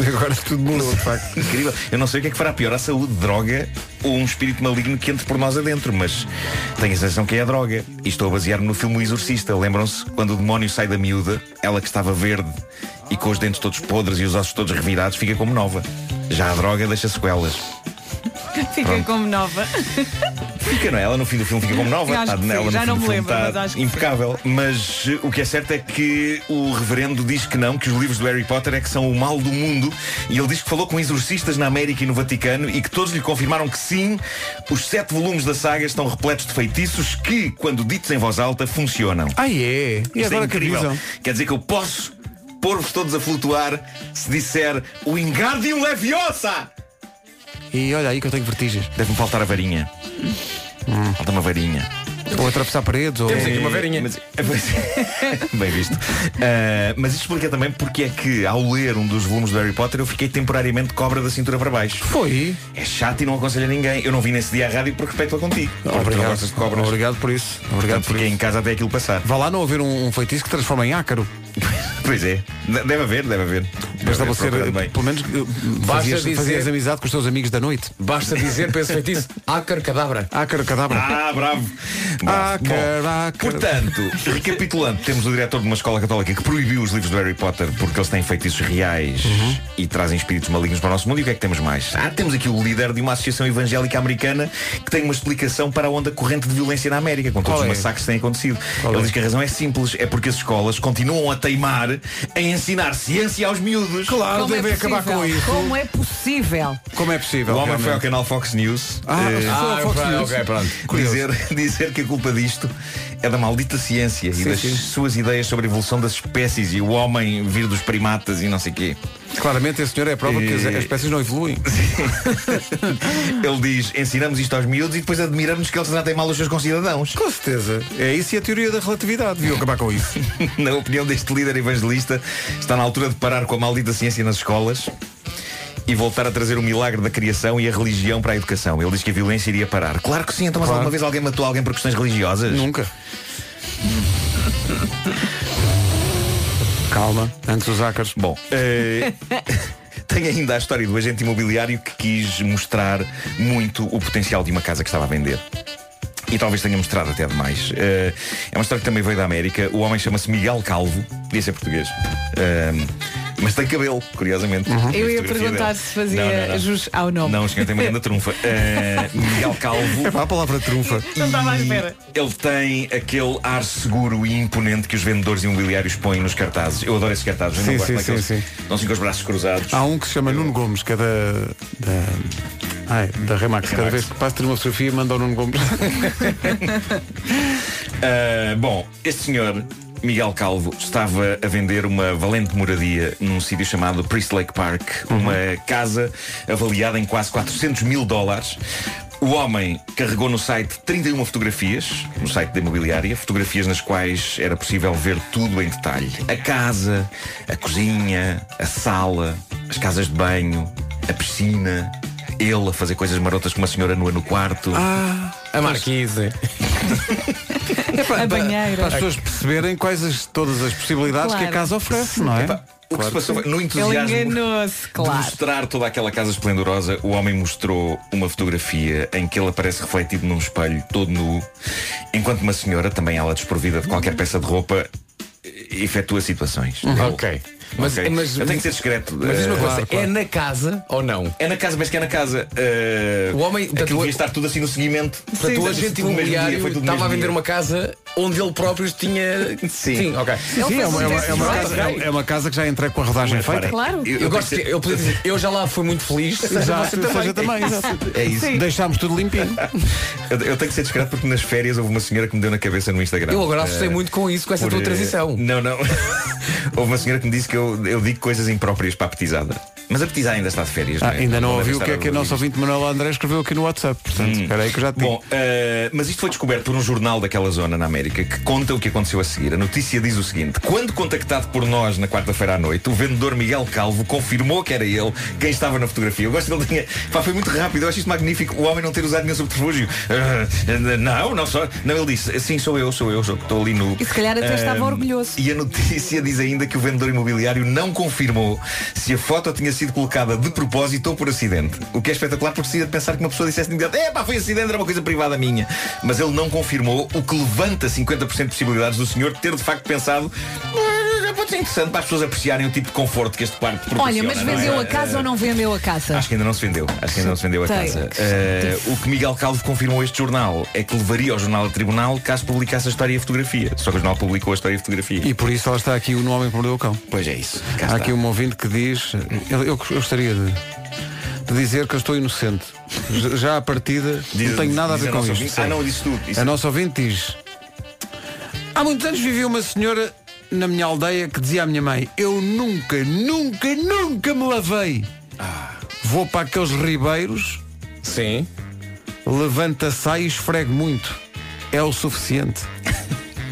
Speaker 1: Agora tudo mudou, de facto.
Speaker 4: Incrível. Eu não sei o que é que fará pior, a saúde, droga ou um espírito maligno que entre por nós adentro, mas tenho a sensação que é a droga. E estou a basear-me no filme O Exorcista. Lembram-se quando o demónio sai da miúda, ela que estava verde e com os dentes todos podres e os ossos todos revirados, fica como nova. Já a droga deixa sequelas.
Speaker 13: Fica
Speaker 4: Pronto.
Speaker 13: como nova.
Speaker 4: Fica, não é? Ela no fim do filme fica como nova.
Speaker 13: Eu acho
Speaker 4: Tá-
Speaker 13: que sim.
Speaker 4: ela no
Speaker 13: Já
Speaker 4: fim
Speaker 13: não
Speaker 4: do
Speaker 13: me
Speaker 4: filme
Speaker 13: lembro,
Speaker 4: tá
Speaker 13: mas acho que sim.
Speaker 4: impecável. Mas eh, o que é certo é que o reverendo diz que não, que os livros do Harry Potter é que são o mal do mundo. E ele diz que falou com exorcistas na América e no Vaticano e que todos lhe confirmaram que sim, os sete volumes da saga estão repletos de feitiços que, quando ditos em voz alta, funcionam.
Speaker 1: Ah, é? E
Speaker 4: Isto é
Speaker 1: agora que
Speaker 4: incrível.
Speaker 1: avisam?
Speaker 4: Quer dizer que eu posso pôr-vos todos a flutuar se disser o Wingardium Leviosa!
Speaker 1: E olha aí que eu tenho vertigens.
Speaker 4: Deve-me faltar a varinha.
Speaker 1: Hum.
Speaker 4: Falta uma varinha.
Speaker 1: Ou atravessar paredes. Ou...
Speaker 4: Temos aqui uma varinha. Eh, Mas- (laughs) Bem visto. Ah, mas isto explica também porque é que ao ler um dos volumes do Harry Potter eu fiquei temporariamente cobra da cintura para baixo.
Speaker 1: Foi.
Speaker 4: É chato e não aconselho a ninguém. Eu não vim nesse dia à rádio por respeito a contigo. Porque tu não
Speaker 1: Obrigado.
Speaker 4: gostas de cobras.
Speaker 1: Obrigado por isso. Obrigado
Speaker 4: Portanto, fiquei em casa até aquilo passar.
Speaker 1: Vá lá não haver um, um feitiço que transforma em ácaro.
Speaker 4: Pois é. De- Deve haver, deve haver.
Speaker 1: Mas
Speaker 4: Deve haver,
Speaker 1: estabelecer,
Speaker 4: procurando bem.
Speaker 1: pelo menos, eh,
Speaker 4: Basta
Speaker 1: fazias,
Speaker 4: dizer-
Speaker 1: fazias amizade com os teus amigos da noite.
Speaker 6: Basta dizer para esse feitiço Ácaro Cadabra.
Speaker 1: Ácaro Cadabra.
Speaker 4: Ah, bravo.
Speaker 1: Ah,
Speaker 4: Bom,
Speaker 1: caraca.
Speaker 4: Portanto, recapitulando, temos o diretor de uma escola católica que proibiu os livros do Harry Potter porque eles têm feitiços reais
Speaker 1: Uhum.
Speaker 4: e trazem espíritos malignos para o nosso mundo. E o que é que temos mais? Ah, temos aqui o líder de uma associação evangélica americana que tem uma explicação para a onda corrente de violência na América, com todos
Speaker 1: Qual é?
Speaker 4: os massacres que têm acontecido.
Speaker 1: Qual
Speaker 4: Ele
Speaker 1: é?
Speaker 4: diz que a razão é simples, é porque as escolas continuam a teimar em ensinar ciência aos miúdos.
Speaker 1: Claro,
Speaker 3: Como é possível?
Speaker 1: Como
Speaker 3: Como é possível?
Speaker 1: é possível?
Speaker 4: O homem foi ao
Speaker 1: realmente?
Speaker 4: canal Fox News.
Speaker 1: Ah,
Speaker 4: eh,
Speaker 1: foi ao Ah, Fox ok, News. ok, pronto. Curioso.
Speaker 4: Dizer, (laughs) dizer que a culpa disto é da maldita ciência
Speaker 1: Sim,
Speaker 4: e das
Speaker 1: sim.
Speaker 4: suas ideias sobre a evolução das espécies e o homem vir dos primatas e não sei quê.
Speaker 1: Claramente esse senhor é a prova que as,
Speaker 4: Eh,
Speaker 1: as espécies não evoluem.
Speaker 4: Ele diz, ensinamos isto aos miúdos e depois admiramos que eles tratem mal os seus concidadãos. (laughs)
Speaker 1: Com certeza. É isso e a teoria da relatividade. Viu acabar com isso.
Speaker 4: Na opinião deste líder evangelista, está na altura de parar com a maldita ciência nas escolas e voltar a trazer o milagre da criação e a religião para a educação. Ele diz que a violência iria parar. Claro que sim, então mas
Speaker 1: Claro.
Speaker 4: alguma vez alguém matou alguém por questões religiosas?
Speaker 1: (laughs) Nunca. Calma, antes os ácaros.
Speaker 4: Bom, eh, (laughs) tem ainda a história do agente imobiliário que quis mostrar muito o potencial de uma casa que estava a vender. E talvez tenha mostrado até demais. Eh, é uma história que também veio da América. O homem chama-se Miguel Calvo, podia ser português. Ehm, mas tem cabelo, curiosamente.
Speaker 3: Uhum.
Speaker 13: Eu
Speaker 4: Tem
Speaker 13: ia
Speaker 4: fotografia
Speaker 13: perguntar
Speaker 4: dele.
Speaker 13: se fazia jus ao nome.
Speaker 4: Não, o senhor tem uma grande trunfa. Eh, Miguel Calvo.
Speaker 1: É para a palavra trunfa.
Speaker 13: Não estava à espera.
Speaker 4: Ele tem aquele ar seguro e imponente que os vendedores imobiliários põem nos cartazes. Eu adoro esses cartazes. Eu
Speaker 1: Sim,
Speaker 4: não gosto
Speaker 1: sim,
Speaker 4: daqueles.
Speaker 1: sim, sim.
Speaker 4: Não se com os braços cruzados.
Speaker 1: Há um que se chama Nuno Gomes, que é da. da, ai, da Remax. Cada vez que passa ter uma (laughs) fotografia manda o Nuno Gomes.
Speaker 4: Ah, bom, este senhor Miguel Calvo estava a vender uma valente moradia num sítio chamado Priest Lake Park, uma casa avaliada em quase 400 mil dólares. O homem carregou no site 31 fotografias, no site da imobiliária, fotografias nas quais era possível ver tudo em detalhe. A casa, a cozinha, a sala, as casas de banho, a piscina, ele a fazer coisas marotas com uma senhora nua no quarto.
Speaker 6: Ah, a marquise.
Speaker 1: É para,
Speaker 6: A banheira.
Speaker 1: para as pessoas perceberem quais as- todas as possibilidades que a
Speaker 6: Claro.
Speaker 1: casa oferece, não é?
Speaker 4: Epá, O que se passou foi, no
Speaker 13: Ele
Speaker 4: entusiasmo
Speaker 13: enganou-se,
Speaker 4: de
Speaker 13: claro.
Speaker 4: mostrar toda aquela casa esplendorosa, o homem mostrou uma fotografia em que ele aparece refletido num espelho, todo nu, enquanto uma senhora, também ela desprovida de qualquer peça de roupa, eh, efetua situações. É
Speaker 6: Uhum.
Speaker 4: Eu-
Speaker 6: Ok. Mas-
Speaker 4: Ok.
Speaker 6: mas-
Speaker 4: é. eu tenho que ser discreto.
Speaker 6: Mas diz uma
Speaker 4: eh,
Speaker 6: coisa, é na casa ou não?
Speaker 4: É na casa, mas que é na casa. eh,
Speaker 6: O homem-
Speaker 4: aquilo
Speaker 6: portanto,
Speaker 4: devia estar tudo assim no seguimento.
Speaker 6: Portanto, o
Speaker 4: Tudo
Speaker 6: agente
Speaker 4: no mesmo dia,
Speaker 6: imobiliário
Speaker 4: foi tudo no
Speaker 6: estava a
Speaker 4: mesmo
Speaker 6: vender
Speaker 4: dia.
Speaker 6: uma casa onde ele próprio tinha. Sim, ok.
Speaker 1: Sim, sim, é, uma, é uma- é uma casa, é- é uma casa que já entrei com a rodagem feita.
Speaker 6: Eu, gosto que eu podia dizer, eu já lá fui muito feliz. (laughs)
Speaker 1: Exato,
Speaker 6: você
Speaker 1: seja também, exato.
Speaker 4: É isso. Sim.
Speaker 1: Deixámos tudo limpinho.
Speaker 4: Eu, eu tenho que ser discreto porque nas férias houve uma senhora que me deu na cabeça no Instagram.
Speaker 6: Eu agora assustei
Speaker 4: Eh,
Speaker 6: muito com isso, com essa
Speaker 4: por,
Speaker 6: tua
Speaker 4: eh,
Speaker 6: transição.
Speaker 4: Não, não. (laughs) houve uma senhora que me disse que eu, eu digo coisas impróprias para a petizada. Mas a petizada ainda está de férias.
Speaker 1: Ah,
Speaker 4: não é?
Speaker 1: ainda não
Speaker 4: deve
Speaker 1: ouviu o
Speaker 4: estar
Speaker 1: que é
Speaker 4: a
Speaker 1: que o
Speaker 4: ouvir
Speaker 1: nosso ouvinte Manuel André escreveu aqui no WhatsApp. Portanto, espera aí que eu já te digo.
Speaker 4: Hum. Bom, eh, mas isto foi descoberto por um jornal daquela zona na América que conta o que aconteceu a seguir. A notícia diz o seguinte: quando contactado por nós na quarta-feira à noite, o vendedor Miguel Calvo confirmou que era ele quem estava na fotografia. Eu gosto que ele tinha. Pá, foi muito rápido, eu acho isto magnífico. O homem não ter usado nenhum subterfúgio. Ah, ah, não, não só. Não, ele disse: sim, sou eu, sou eu, sou que estou ali no. Ah,
Speaker 3: E se calhar até estava orgulhoso.
Speaker 4: E a notícia diz ainda que o vendedor imobiliário não confirmou se a foto tinha sido colocada de propósito ou por acidente. O que é espetacular porque seria de pensar que uma pessoa dissesse é pá, foi acidente, era uma coisa privada minha. Mas ele não confirmou, o que levanta 50% de possibilidades do senhor de ter de facto pensado "Ah, já pode ser interessante para as pessoas apreciarem o tipo de conforto que este quarto proporciona.
Speaker 3: Olha, mas
Speaker 4: não é?
Speaker 3: vendeu a casa
Speaker 4: Eh,
Speaker 3: ou não vendeu a casa?
Speaker 4: Acho que ainda não se vendeu. Acho que ainda não se vendeu a
Speaker 3: Tem.
Speaker 4: casa. Eh, o que Miguel Calvo confirmou a este jornal é que levaria ao jornal a tribunal caso publicasse a história e a fotografia. Só que o jornal publicou a história e a fotografia.
Speaker 1: E por isso ela está aqui no Homem que Mordeu o Cão.
Speaker 4: Pois é isso.
Speaker 1: Há aqui um ouvinte que diz, eu, eu gostaria de, de dizer que eu estou inocente. Já- Já à partida
Speaker 4: Diz-
Speaker 1: não tenho nada a
Speaker 4: diz
Speaker 1: ver
Speaker 4: a
Speaker 1: com
Speaker 4: nossa
Speaker 1: isto.
Speaker 4: ouvinte- Ah, não, disse tudo. Isso-
Speaker 1: A nossa ouvinte diz, há muitos anos vivia uma senhora na minha aldeia que dizia à minha mãe, eu nunca, nunca, nunca me lavei.
Speaker 4: Ah.
Speaker 1: Vou para aqueles ribeiros.
Speaker 6: Sim.
Speaker 1: Levanta, sai e esfrego muito. É o suficiente.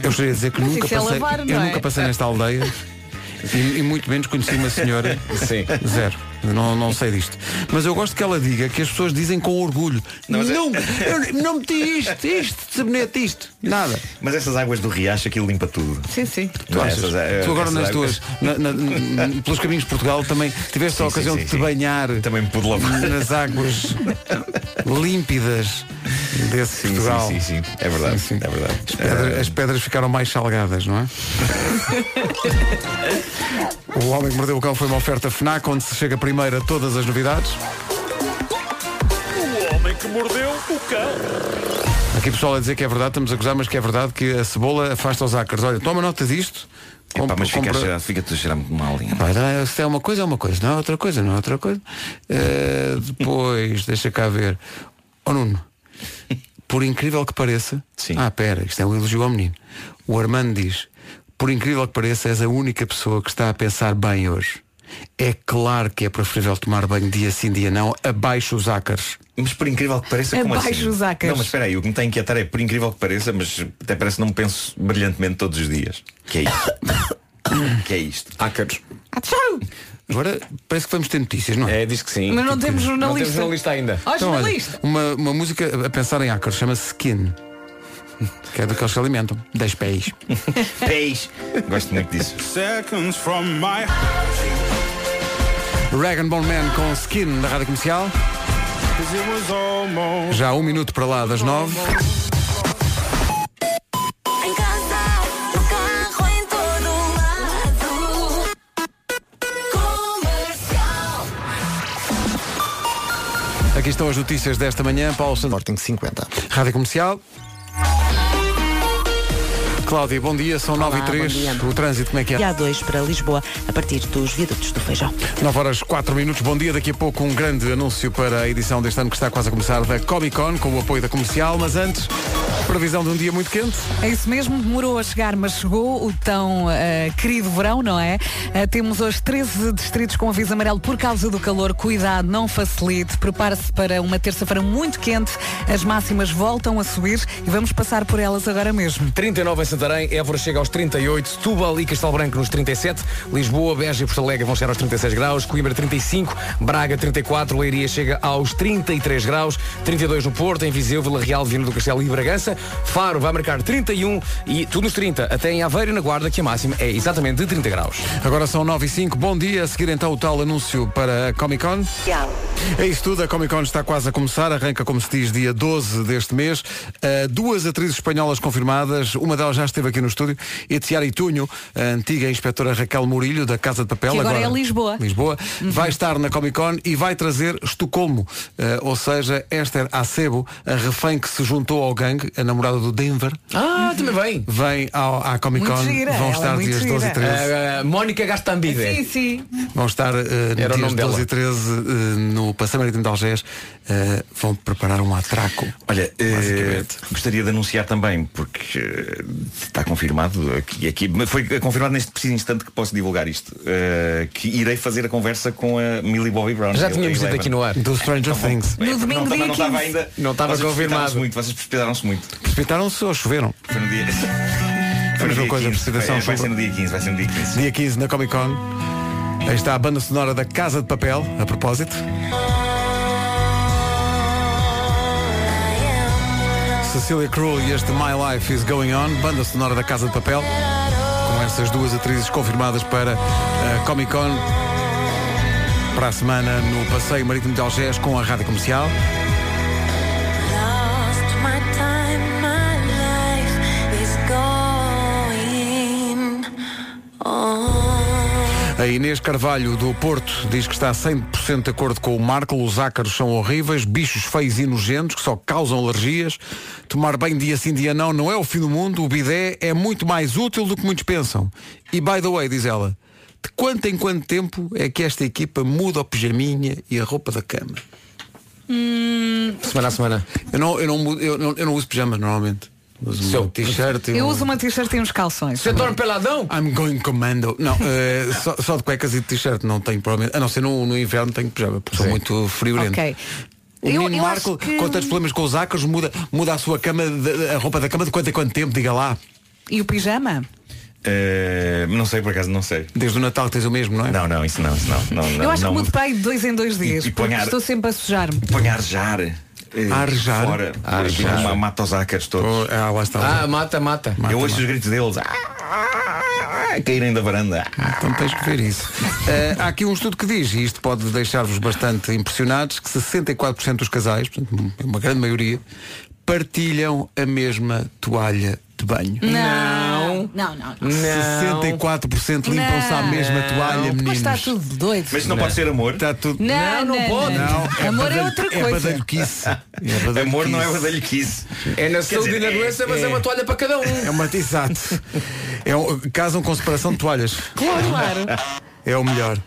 Speaker 1: Eu gostaria de dizer que
Speaker 13: Mas
Speaker 1: nunca
Speaker 13: isso é
Speaker 1: passei,
Speaker 13: lavar,
Speaker 1: eu
Speaker 13: não é?
Speaker 1: nunca passei nesta aldeia e, e muito menos conheci uma
Speaker 4: (laughs)
Speaker 1: senhora.
Speaker 6: Sim.
Speaker 1: Zero. Não, não sei disto. Mas eu gosto que ela diga que as pessoas dizem com orgulho. Não,
Speaker 4: é-
Speaker 1: eu não meti isto, isto, sabonete, isto. Nada.
Speaker 4: Mas essas águas do riacho, aquilo limpa tudo.
Speaker 3: Sim, sim.
Speaker 1: Tu, achas?
Speaker 4: é-
Speaker 1: Tu agora nas tuas, na- na- n- pelos caminhos de Portugal também tiveste a
Speaker 4: Sim,
Speaker 1: ocasião
Speaker 4: sim,
Speaker 1: de
Speaker 4: sim,
Speaker 1: te banhar
Speaker 4: também pude lavar.
Speaker 1: nas
Speaker 4: (laughs)
Speaker 1: águas límpidas desse
Speaker 4: Sim,
Speaker 1: Portugal.
Speaker 4: sim, sim, sim. É verdade. É verdade.
Speaker 1: As pedras, as pedras ficaram mais salgadas, não é? o Homem que Mordeu o Cão foi uma oferta FNAC, onde se chega primeiro a todas as novidades.
Speaker 5: O homem que mordeu o cão.
Speaker 1: Aqui pessoal a dizer que é verdade, estamos a gozar, mas que é verdade que a cebola afasta os ácaros. Olha, toma nota disto.
Speaker 4: Epá,
Speaker 1: Compra-
Speaker 4: mas fica, a
Speaker 1: compra-
Speaker 4: cheirar, fica tudo a cheirar muito mal. hein?
Speaker 1: Pá, não é- se é uma coisa, é uma coisa, não é outra coisa, não é outra coisa. Eh, depois, deixa cá ver. Ó Nuno, por incrível que pareça. Ah, pera, isto é um elogio ao menino. O Armando diz, por incrível que pareça, és a única pessoa que está a pensar bem hoje. É claro que é preferível tomar banho dia sim, dia não, abaixo os ácaros.
Speaker 4: Mas por incrível que pareça, como
Speaker 1: Abaixo
Speaker 4: assim?
Speaker 1: os ácaros.
Speaker 4: Não, mas espera aí, o que me tem inquietar é, por incrível que pareça, mas até parece que não me penso brilhantemente todos os dias. Que é isto? (coughs) que é isto?
Speaker 6: Ácaros.
Speaker 3: Ah,
Speaker 1: Agora parece que vamos ter notícias, não é?
Speaker 6: É, diz que sim.
Speaker 3: Mas não temos jornalista.
Speaker 6: Não temos jornalista ainda.
Speaker 3: Ó,
Speaker 1: Então, olha,
Speaker 3: jornalista.
Speaker 1: uma, uma música a pensar em ácaros chama-se Skin. Que é do que eles se alimentam. 10 pés.
Speaker 4: Pés. Gosto muito disso.
Speaker 14: Seconds from my
Speaker 1: Rag Bone Man com Skin da Rádio Comercial. Já um minuto para lá das nove.
Speaker 13: Em casa, no carro, em todo lado. Comercial.
Speaker 1: Aqui estão as notícias desta manhã. Paulo Santos.
Speaker 7: Sporting 50.
Speaker 1: Rádio Comercial. Cláudia, bom dia, são nove e três. O trânsito, como é que é?
Speaker 2: E há dois para Lisboa, a partir dos viadutos do Feijão.
Speaker 1: 9 horas 4 minutos, bom dia. Daqui a pouco um grande anúncio para a edição deste ano que está quase a começar da Comic Con com o apoio da comercial, mas antes Previsão de um dia muito quente.
Speaker 3: É isso mesmo, demorou a chegar, mas chegou o tão eh, querido verão, não é? Eh, temos hoje 13 distritos com aviso amarelo por causa do calor. Cuidado, não facilite. Prepare-se para uma terça-feira muito quente. As máximas voltam a subir e vamos passar por elas agora mesmo.
Speaker 6: 39 em Santarém, Évora chega aos 38, Setúbal e Castelo Branco nos 37, Lisboa, Beja e Porto Alegre vão chegar aos 36 graus, Coimbra 35, Braga 34, Leiria chega aos 33 graus, 32 no Porto, em Viseu, Vila Real, Viana do Castelo e Bragança, Faro vai marcar 31 e tudo nos 30, até em Aveiro e na Guarda, que a máxima é exatamente de 30 graus.
Speaker 1: Agora são 9 e 5, bom dia. A seguir então o tal anúncio para a Comic Con. É isso tudo, a Comic Con está quase a começar, arranca como se diz dia 12 deste mês. Uh, duas atrizes espanholas confirmadas, uma delas já esteve aqui no estúdio, Etiara Itunho, a antiga inspetora Raquel Murilho, da Casa de Papel.
Speaker 3: Que agora é Lisboa.
Speaker 1: Lisboa,
Speaker 6: Uhum.
Speaker 1: vai estar na Comic Con e vai trazer Estocolmo, eh, ou seja, Esther Acebo, a refém que se juntou ao gangue, a namorada do Denver.
Speaker 6: Ah, também vem.
Speaker 1: Vem ao- à Comic Con,
Speaker 6: Muito gira,
Speaker 1: vão
Speaker 6: ela
Speaker 1: estar
Speaker 6: é muito
Speaker 1: dias 12 e
Speaker 6: gira.
Speaker 1: 13.
Speaker 6: Ah, ah, Mónica Gastambide.
Speaker 3: Sim, sim.
Speaker 1: Vão estar eh,
Speaker 6: Era o
Speaker 1: dias 12
Speaker 6: nome dela.
Speaker 1: e 13 eh, no Passeio Marítimo de Algés. eh, vão preparar um atraco.
Speaker 4: Olha, eh, gostaria de anunciar também, porque eh, está confirmado aqui, aqui mas foi confirmado neste preciso instante que posso divulgar isto, eh, que irei fazer a conversa com a Millie Bobby Brown.
Speaker 6: Já
Speaker 4: da
Speaker 6: tínhamos dito
Speaker 4: Eleven.
Speaker 6: aqui no ar.
Speaker 1: Do
Speaker 6: então
Speaker 1: Stranger Things.
Speaker 4: É, porque não, tava- não estava ainda.
Speaker 6: Não estava
Speaker 4: vocês precipitaram-se
Speaker 6: confirmado.
Speaker 4: Muito, vocês precipitaram-se muito.
Speaker 1: Precipitaram-se ou choveram?
Speaker 4: Foi no
Speaker 6: (laughs)
Speaker 4: dia.
Speaker 1: Foi
Speaker 4: Foi
Speaker 1: uma
Speaker 4: no dia
Speaker 1: coisa,
Speaker 4: 15,
Speaker 1: precipitação
Speaker 4: vai- Vai
Speaker 1: sobre-
Speaker 4: ser no dia 15, vai ser no dia 15.
Speaker 1: Dia 15 na Comic Con. Aí está a banda sonora da Casa de Papel, a propósito. Cecília Cruel e este My Life is Going On, banda sonora da Casa de Papel, com essas duas atrizes confirmadas para a Comic Con para a semana no Passeio Marítimo de Algés com a Rádio Comercial.
Speaker 13: Lost my time, my life is going on.
Speaker 1: A Inês Carvalho do Porto diz que está 100% de acordo com o Marco. Os ácaros são horríveis, bichos feios e nojentos que só causam alergias. Tomar banho dia sim, dia não não é o fim do mundo. O bidé é muito mais útil do que muitos pensam. E by the way, diz ela, de quanto em quanto tempo é que esta equipa muda o pijaminha e a roupa da cama?
Speaker 3: Hum,
Speaker 6: Semana a semana.
Speaker 1: Eu não, eu não, mudo- eu não, eu não uso pijamas normalmente. Uso um t-shirt. e
Speaker 3: eu
Speaker 1: um-
Speaker 3: uso uma t-shirt e uns calções.
Speaker 1: Você dorme
Speaker 6: peladão?
Speaker 1: I'm going commando.
Speaker 3: (laughs)
Speaker 1: Não, eh, só, só de cuecas e de t-shirt não tenho problema. A não ser no, no inverno tenho pijama, porque sou muito friorento.
Speaker 3: Ok.
Speaker 1: O
Speaker 3: Eu-
Speaker 1: menino
Speaker 3: eu acho
Speaker 1: Marco,
Speaker 3: que-
Speaker 1: com tantos problemas com os ácaros, muda, muda a sua cama, de- a roupa da cama de quanto em quanto tempo, diga lá.
Speaker 3: E o pijama?
Speaker 4: Eh, não sei, por acaso, não sei.
Speaker 1: Desde o Natal tens o mesmo, não é?
Speaker 4: Não, não, isso não, isso não. não, não
Speaker 3: eu acho
Speaker 4: não
Speaker 3: que mudo para aí de dois em dois dias,
Speaker 4: e
Speaker 3: porque
Speaker 4: ponhar-
Speaker 3: estou sempre a sujar-me.
Speaker 4: Põe a arjar. eh,
Speaker 1: Arjar?
Speaker 4: Fora. Porque
Speaker 1: Arjar.
Speaker 4: ma- Mata os ácaros todos.
Speaker 1: Ah, lá está.
Speaker 6: Ah, mata, mata.
Speaker 4: Eu ouço os gritos deles. Ah, ah, ah, ah, caírem da varanda.
Speaker 1: Então tens que ver isso. Eh, há aqui um estudo que diz, e isto pode deixar-vos bastante impressionados, que 64% dos casais, portanto, uma grande maioria, partilham a mesma toalha de banho.
Speaker 3: Não. Não, não. não.
Speaker 1: 64% limpam-se à
Speaker 3: Não.
Speaker 1: mesma toalha, meninos.
Speaker 3: Mas está tudo doido.
Speaker 4: amor?
Speaker 6: Tá,
Speaker 1: Está tudo...
Speaker 3: Não, não, pode.
Speaker 1: Não,
Speaker 3: Amor é
Speaker 1: badalho-
Speaker 3: outra coisa.
Speaker 1: É badalhoquice.
Speaker 6: tá,
Speaker 4: Amor não é badalhoquice.
Speaker 6: É na
Speaker 4: Quer
Speaker 6: saúde e
Speaker 4: dizer,
Speaker 6: na doença, mas é uma toalha para cada um.
Speaker 1: É uma exato. É um, casam com separação de toalhas.
Speaker 3: Claro.
Speaker 1: É o melhor.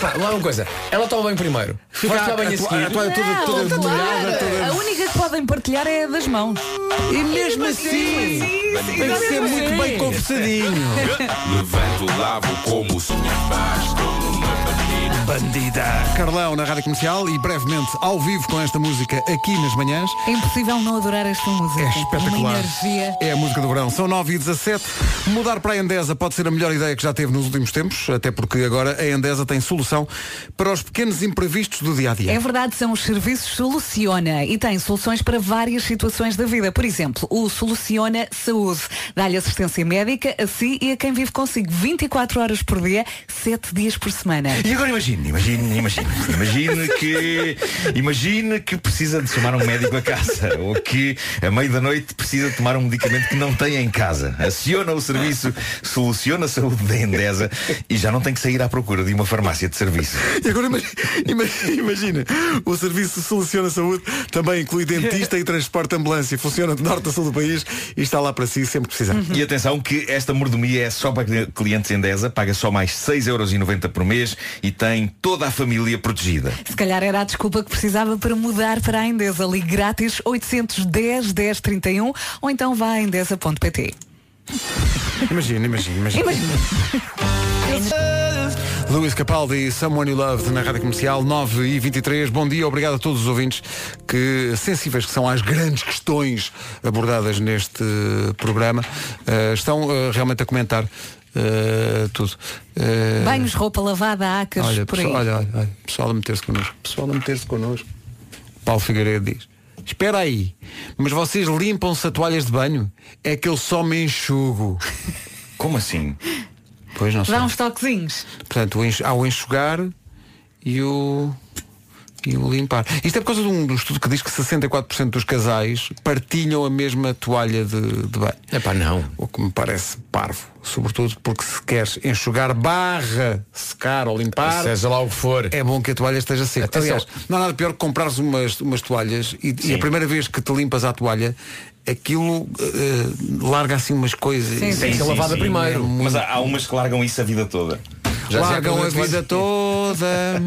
Speaker 6: Pá, lá uma coisa, ela toma bem primeiro.
Speaker 1: Fica
Speaker 6: Vai tomar
Speaker 1: a-
Speaker 6: bem
Speaker 1: a
Speaker 6: a
Speaker 1: toa-
Speaker 6: seguir.
Speaker 1: a toalha toda-
Speaker 3: Não,
Speaker 1: toda
Speaker 3: claro.
Speaker 1: molhada, toda-
Speaker 3: A única que podem partilhar é a das mãos.
Speaker 1: E mesmo assim, tem que ser muito bem conversadinho.
Speaker 15: Levanto, lavo, como o senhor faz Como uma bandida
Speaker 1: Bandida. Carlão na Rádio Comercial e brevemente ao vivo com esta música aqui nas manhãs.
Speaker 3: É impossível não adorar esta música. É Uma
Speaker 1: Espetacular.
Speaker 3: energia.
Speaker 1: É a música do verão. São 9 e 17. Mudar para a Endesa pode ser a melhor ideia que já teve nos últimos tempos, até porque agora a Endesa tem solução para os pequenos imprevistos do dia a dia.
Speaker 3: É verdade, são os serviços Soluciona e tem soluções para várias situações da vida. Por exemplo, o Soluciona Saúde. Dá-lhe assistência médica a si e a quem vive consigo 24 horas por dia, 7 dias por semana.
Speaker 4: E agora imagine, imagine, imagine, imagine que imagine que precisa de chamar um médico a casa ou que a meio da noite precisa tomar um medicamento que não tem em casa. Aciona o serviço, soluciona a saúde da Endesa e já não tem que sair à procura de uma farmácia de serviço.
Speaker 1: (laughs) E agora ima- ima- imagina, o serviço Soluciona Saúde também inclui dentista e transporte de ambulância. Funciona de norte a sul do país e está lá para si sempre que precisar.
Speaker 4: E atenção que esta mordomia é só para clientes Endesa, paga só mais 6,90€ por mês e tem tem toda a família protegida.
Speaker 3: Se calhar era a desculpa que precisava para mudar para a Endesa. Ligue grátis 810 10 31 ou então vá a endesa.pt.
Speaker 1: Imagina, imagina, imagina.
Speaker 3: Imagina.
Speaker 1: Luís Capaldi e Someone You Loved na Rádio Comercial 9 e 23. Bom dia, obrigado a todos os ouvintes que sensíveis que são às grandes questões abordadas neste eh, programa. eh, estão eh, realmente a comentar eh, tudo.
Speaker 6: É.
Speaker 1: Eh,
Speaker 3: Banhos, roupa lavada, acas,
Speaker 1: olha,
Speaker 3: por aí.
Speaker 1: pessoal- olha, olha, olha, pessoal a meter-se connosco. Pessoal a meter-se connosco. Paulo Figueiredo diz. Espera aí, mas vocês limpam-se a toalhas de banho? É que eu só me enxugo.
Speaker 4: Como assim?
Speaker 1: Pois não sei.
Speaker 3: Dá uns toquezinhos.
Speaker 1: Portanto, o enx- há o enxugar e o, e o limpar. Isto é por causa de um, de um estudo que diz que 64% dos casais partilham a mesma toalha de, de banho. É pá, não. O que me parece parvo. Sobretudo porque se queres enxugar barra, secar ou limpar.
Speaker 6: Seja lá o que for.
Speaker 1: É bom que a toalha esteja seca.
Speaker 6: Atenção.
Speaker 1: Aliás, não há nada pior que comprares umas, umas toalhas e, e a primeira vez que te limpas a toalha, aquilo eh, larga assim umas coisas.
Speaker 4: Sim, sim, sim. Mas há, há umas que largam isso a vida toda.
Speaker 1: Já Largam a vida toda. (laughs)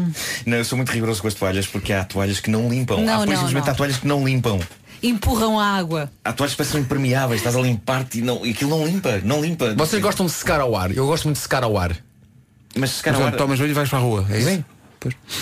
Speaker 4: Não, eu sou muito rigoroso com as toalhas porque há toalhas que não limpam.
Speaker 3: Não,
Speaker 4: há, pois,
Speaker 3: não,
Speaker 4: simplesmente
Speaker 3: não.
Speaker 4: há toalhas que não limpam.
Speaker 3: Empurram a água.
Speaker 4: Há toalhas que parecem impermeáveis, estás a limpar-te e, não, e aquilo não limpa, não limpa.
Speaker 6: Vocês gostam de secar ao ar? Eu gosto muito de secar ao ar.
Speaker 4: Mas secar ao ar-
Speaker 1: tomas banho e vais para a rua, é isso?
Speaker 6: Sim.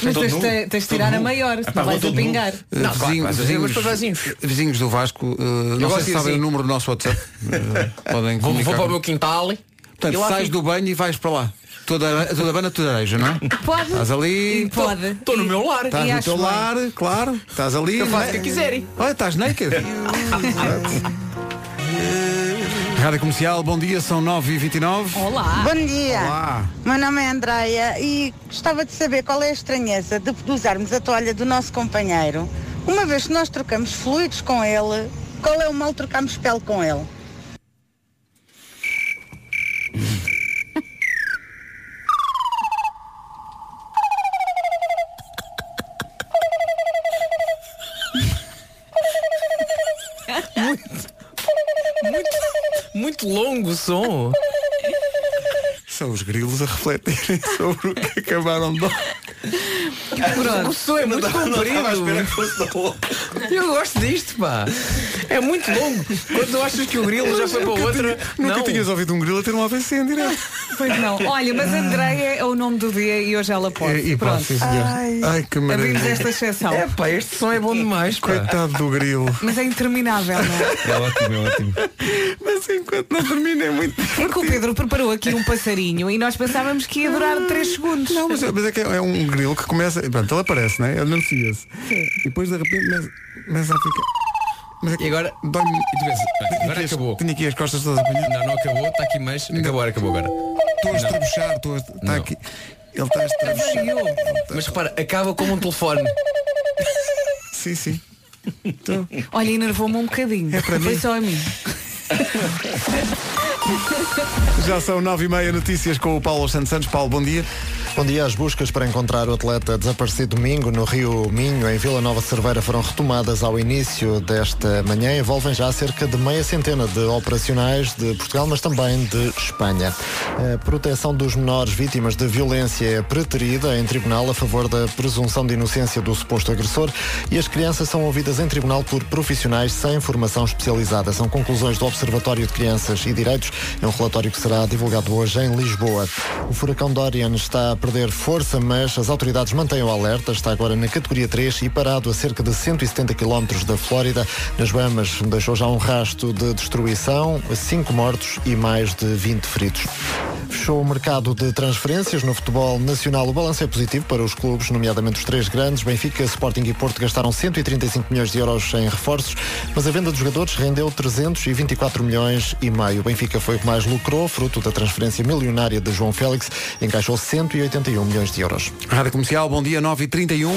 Speaker 3: Mas
Speaker 6: Todo
Speaker 3: tens,
Speaker 6: nu.
Speaker 3: de- tens de
Speaker 6: Todo
Speaker 3: tirar a
Speaker 6: nu.
Speaker 3: maior,
Speaker 6: Ah, pá,
Speaker 3: senão
Speaker 6: vou
Speaker 3: vais a
Speaker 6: todo nu.
Speaker 3: pingar.
Speaker 1: Eh,
Speaker 6: Não, claro,
Speaker 1: vizinho-
Speaker 6: mas assim,
Speaker 1: vizinhos,
Speaker 6: mas para vizinhos.
Speaker 1: vizinhos do Vasco, eh, não
Speaker 6: gosto
Speaker 1: sei se
Speaker 6: de
Speaker 1: sabem
Speaker 6: assim.
Speaker 1: o número do nosso
Speaker 6: (laughs)
Speaker 1: WhatsApp. eh, podem
Speaker 6: Vou, vou
Speaker 1: comunicar
Speaker 6: para o
Speaker 1: com-
Speaker 6: meu quintal.
Speaker 1: Portanto,
Speaker 6: e lá
Speaker 1: sais
Speaker 6: fico.
Speaker 1: do banho e vais para lá. Toda, toda a banda, toda a areja, não
Speaker 6: (laughs)
Speaker 1: é?
Speaker 3: Pode.
Speaker 1: Estás ali.
Speaker 3: E pode.
Speaker 6: Estou no meu lar.
Speaker 1: Estás
Speaker 6: E
Speaker 1: no
Speaker 6: acho
Speaker 1: teu
Speaker 6: bem.
Speaker 1: lar, claro. Estás ali.
Speaker 6: Eu faço o
Speaker 1: né?
Speaker 6: que quiserem.
Speaker 1: Olha, estás
Speaker 6: (laughs)
Speaker 1: naked. Rádio Comercial, bom dia, são 9h29.
Speaker 3: Olá.
Speaker 16: Bom dia.
Speaker 1: Olá.
Speaker 16: Meu nome é Andreia e gostava de saber qual é a estranheza de usarmos a toalha do nosso companheiro. é? Uma vez que nós trocamos fluidos com ele, qual é o mal de trocarmos pele com ele?
Speaker 6: Muito, muito, muito longo o som.
Speaker 1: São os grilos a refletirem (laughs) sobre o que acabaram de
Speaker 6: Pronto. O som é muito comprido. Eu gosto disto, pá. É muito longo. Quando tu achas que o grilo já foi para É outra.
Speaker 1: Nunca
Speaker 6: não.
Speaker 1: tinhas ouvido um grilo a ter um AVC em direto.
Speaker 3: Pois não. Olha, mas Andreia é o nome do dia e hoje ela (laughs) pode.
Speaker 1: E, e pá,
Speaker 3: Pronto.
Speaker 1: sim, senhor.
Speaker 3: Ai.
Speaker 1: Ai, que maravilha.
Speaker 3: Abrimos esta exceção.
Speaker 1: É,
Speaker 6: pá, este som é bom demais,
Speaker 1: (laughs)
Speaker 6: pá.
Speaker 1: Coitado do grilo.
Speaker 3: Mas é interminável, não é?
Speaker 1: (laughs)
Speaker 4: É ótimo, é ótimo.
Speaker 1: Mas enquanto não termina é muito
Speaker 3: É que o Pedro preparou aqui um passarinho e nós pensávamos que ia durar 3 segundos.
Speaker 1: Não, mas, é- mas é que é um grilo que começa. Pronto, ele aparece, né? Ele anuncia-se. E depois de repente começa, começa a ficar. Mas é que
Speaker 6: E agora.
Speaker 1: dói-me.
Speaker 6: E tu pensas, "Bem,
Speaker 1: Tinha
Speaker 6: agora
Speaker 1: aqui as-
Speaker 6: acabou."
Speaker 1: Tinha aqui as costas todas apanhadas.
Speaker 6: Não, não acabou, está aqui, mas. Acabou, acabou agora.
Speaker 1: Estou a estrabuchar, estou a. Está aqui. Ele está a estrabuchar.
Speaker 6: Mas repara, acaba como um telefone.
Speaker 1: Sim, sim.
Speaker 3: Olha, enervou-me um bocadinho.
Speaker 1: É para
Speaker 3: Foi
Speaker 1: mim.
Speaker 3: só a mim.
Speaker 1: Já são nove e meia notícias com o Paulo Santos Santos. Paulo, bom dia.
Speaker 7: Bom Um dia. As buscas para encontrar o atleta desaparecido domingo no Rio Minho, em Vila Nova de Cerveira, foram retomadas ao início desta manhã. Envolvem já cerca de meia centena de operacionais de Portugal, mas também de Espanha. A proteção dos menores vítimas de violência é preterida em tribunal a favor da presunção de inocência do suposto agressor e as crianças são ouvidas em tribunal por profissionais sem formação especializada. São conclusões do Observatório de Crianças e Direitos. É um relatório que será divulgado hoje em Lisboa. O furacão Dorian está a perder força, mas as autoridades mantêm o alerta. Está agora na categoria 3 e parado a cerca de 170 quilómetros da Flórida. Nas Bahamas deixou já um rasto de destruição, cinco mortos e mais de 20 feridos. Fechou o mercado de transferências no futebol nacional. O balanço é positivo para os clubes, nomeadamente os três grandes. Benfica, Sporting e Porto gastaram 135 milhões de euros em reforços, mas a venda de jogadores rendeu 324 milhões e meio. O Benfica foi o que mais lucrou, fruto da transferência milionária de João Félix, encaixou 181 milhões de um euros.
Speaker 1: Rádio Comercial, bom dia, 9h31.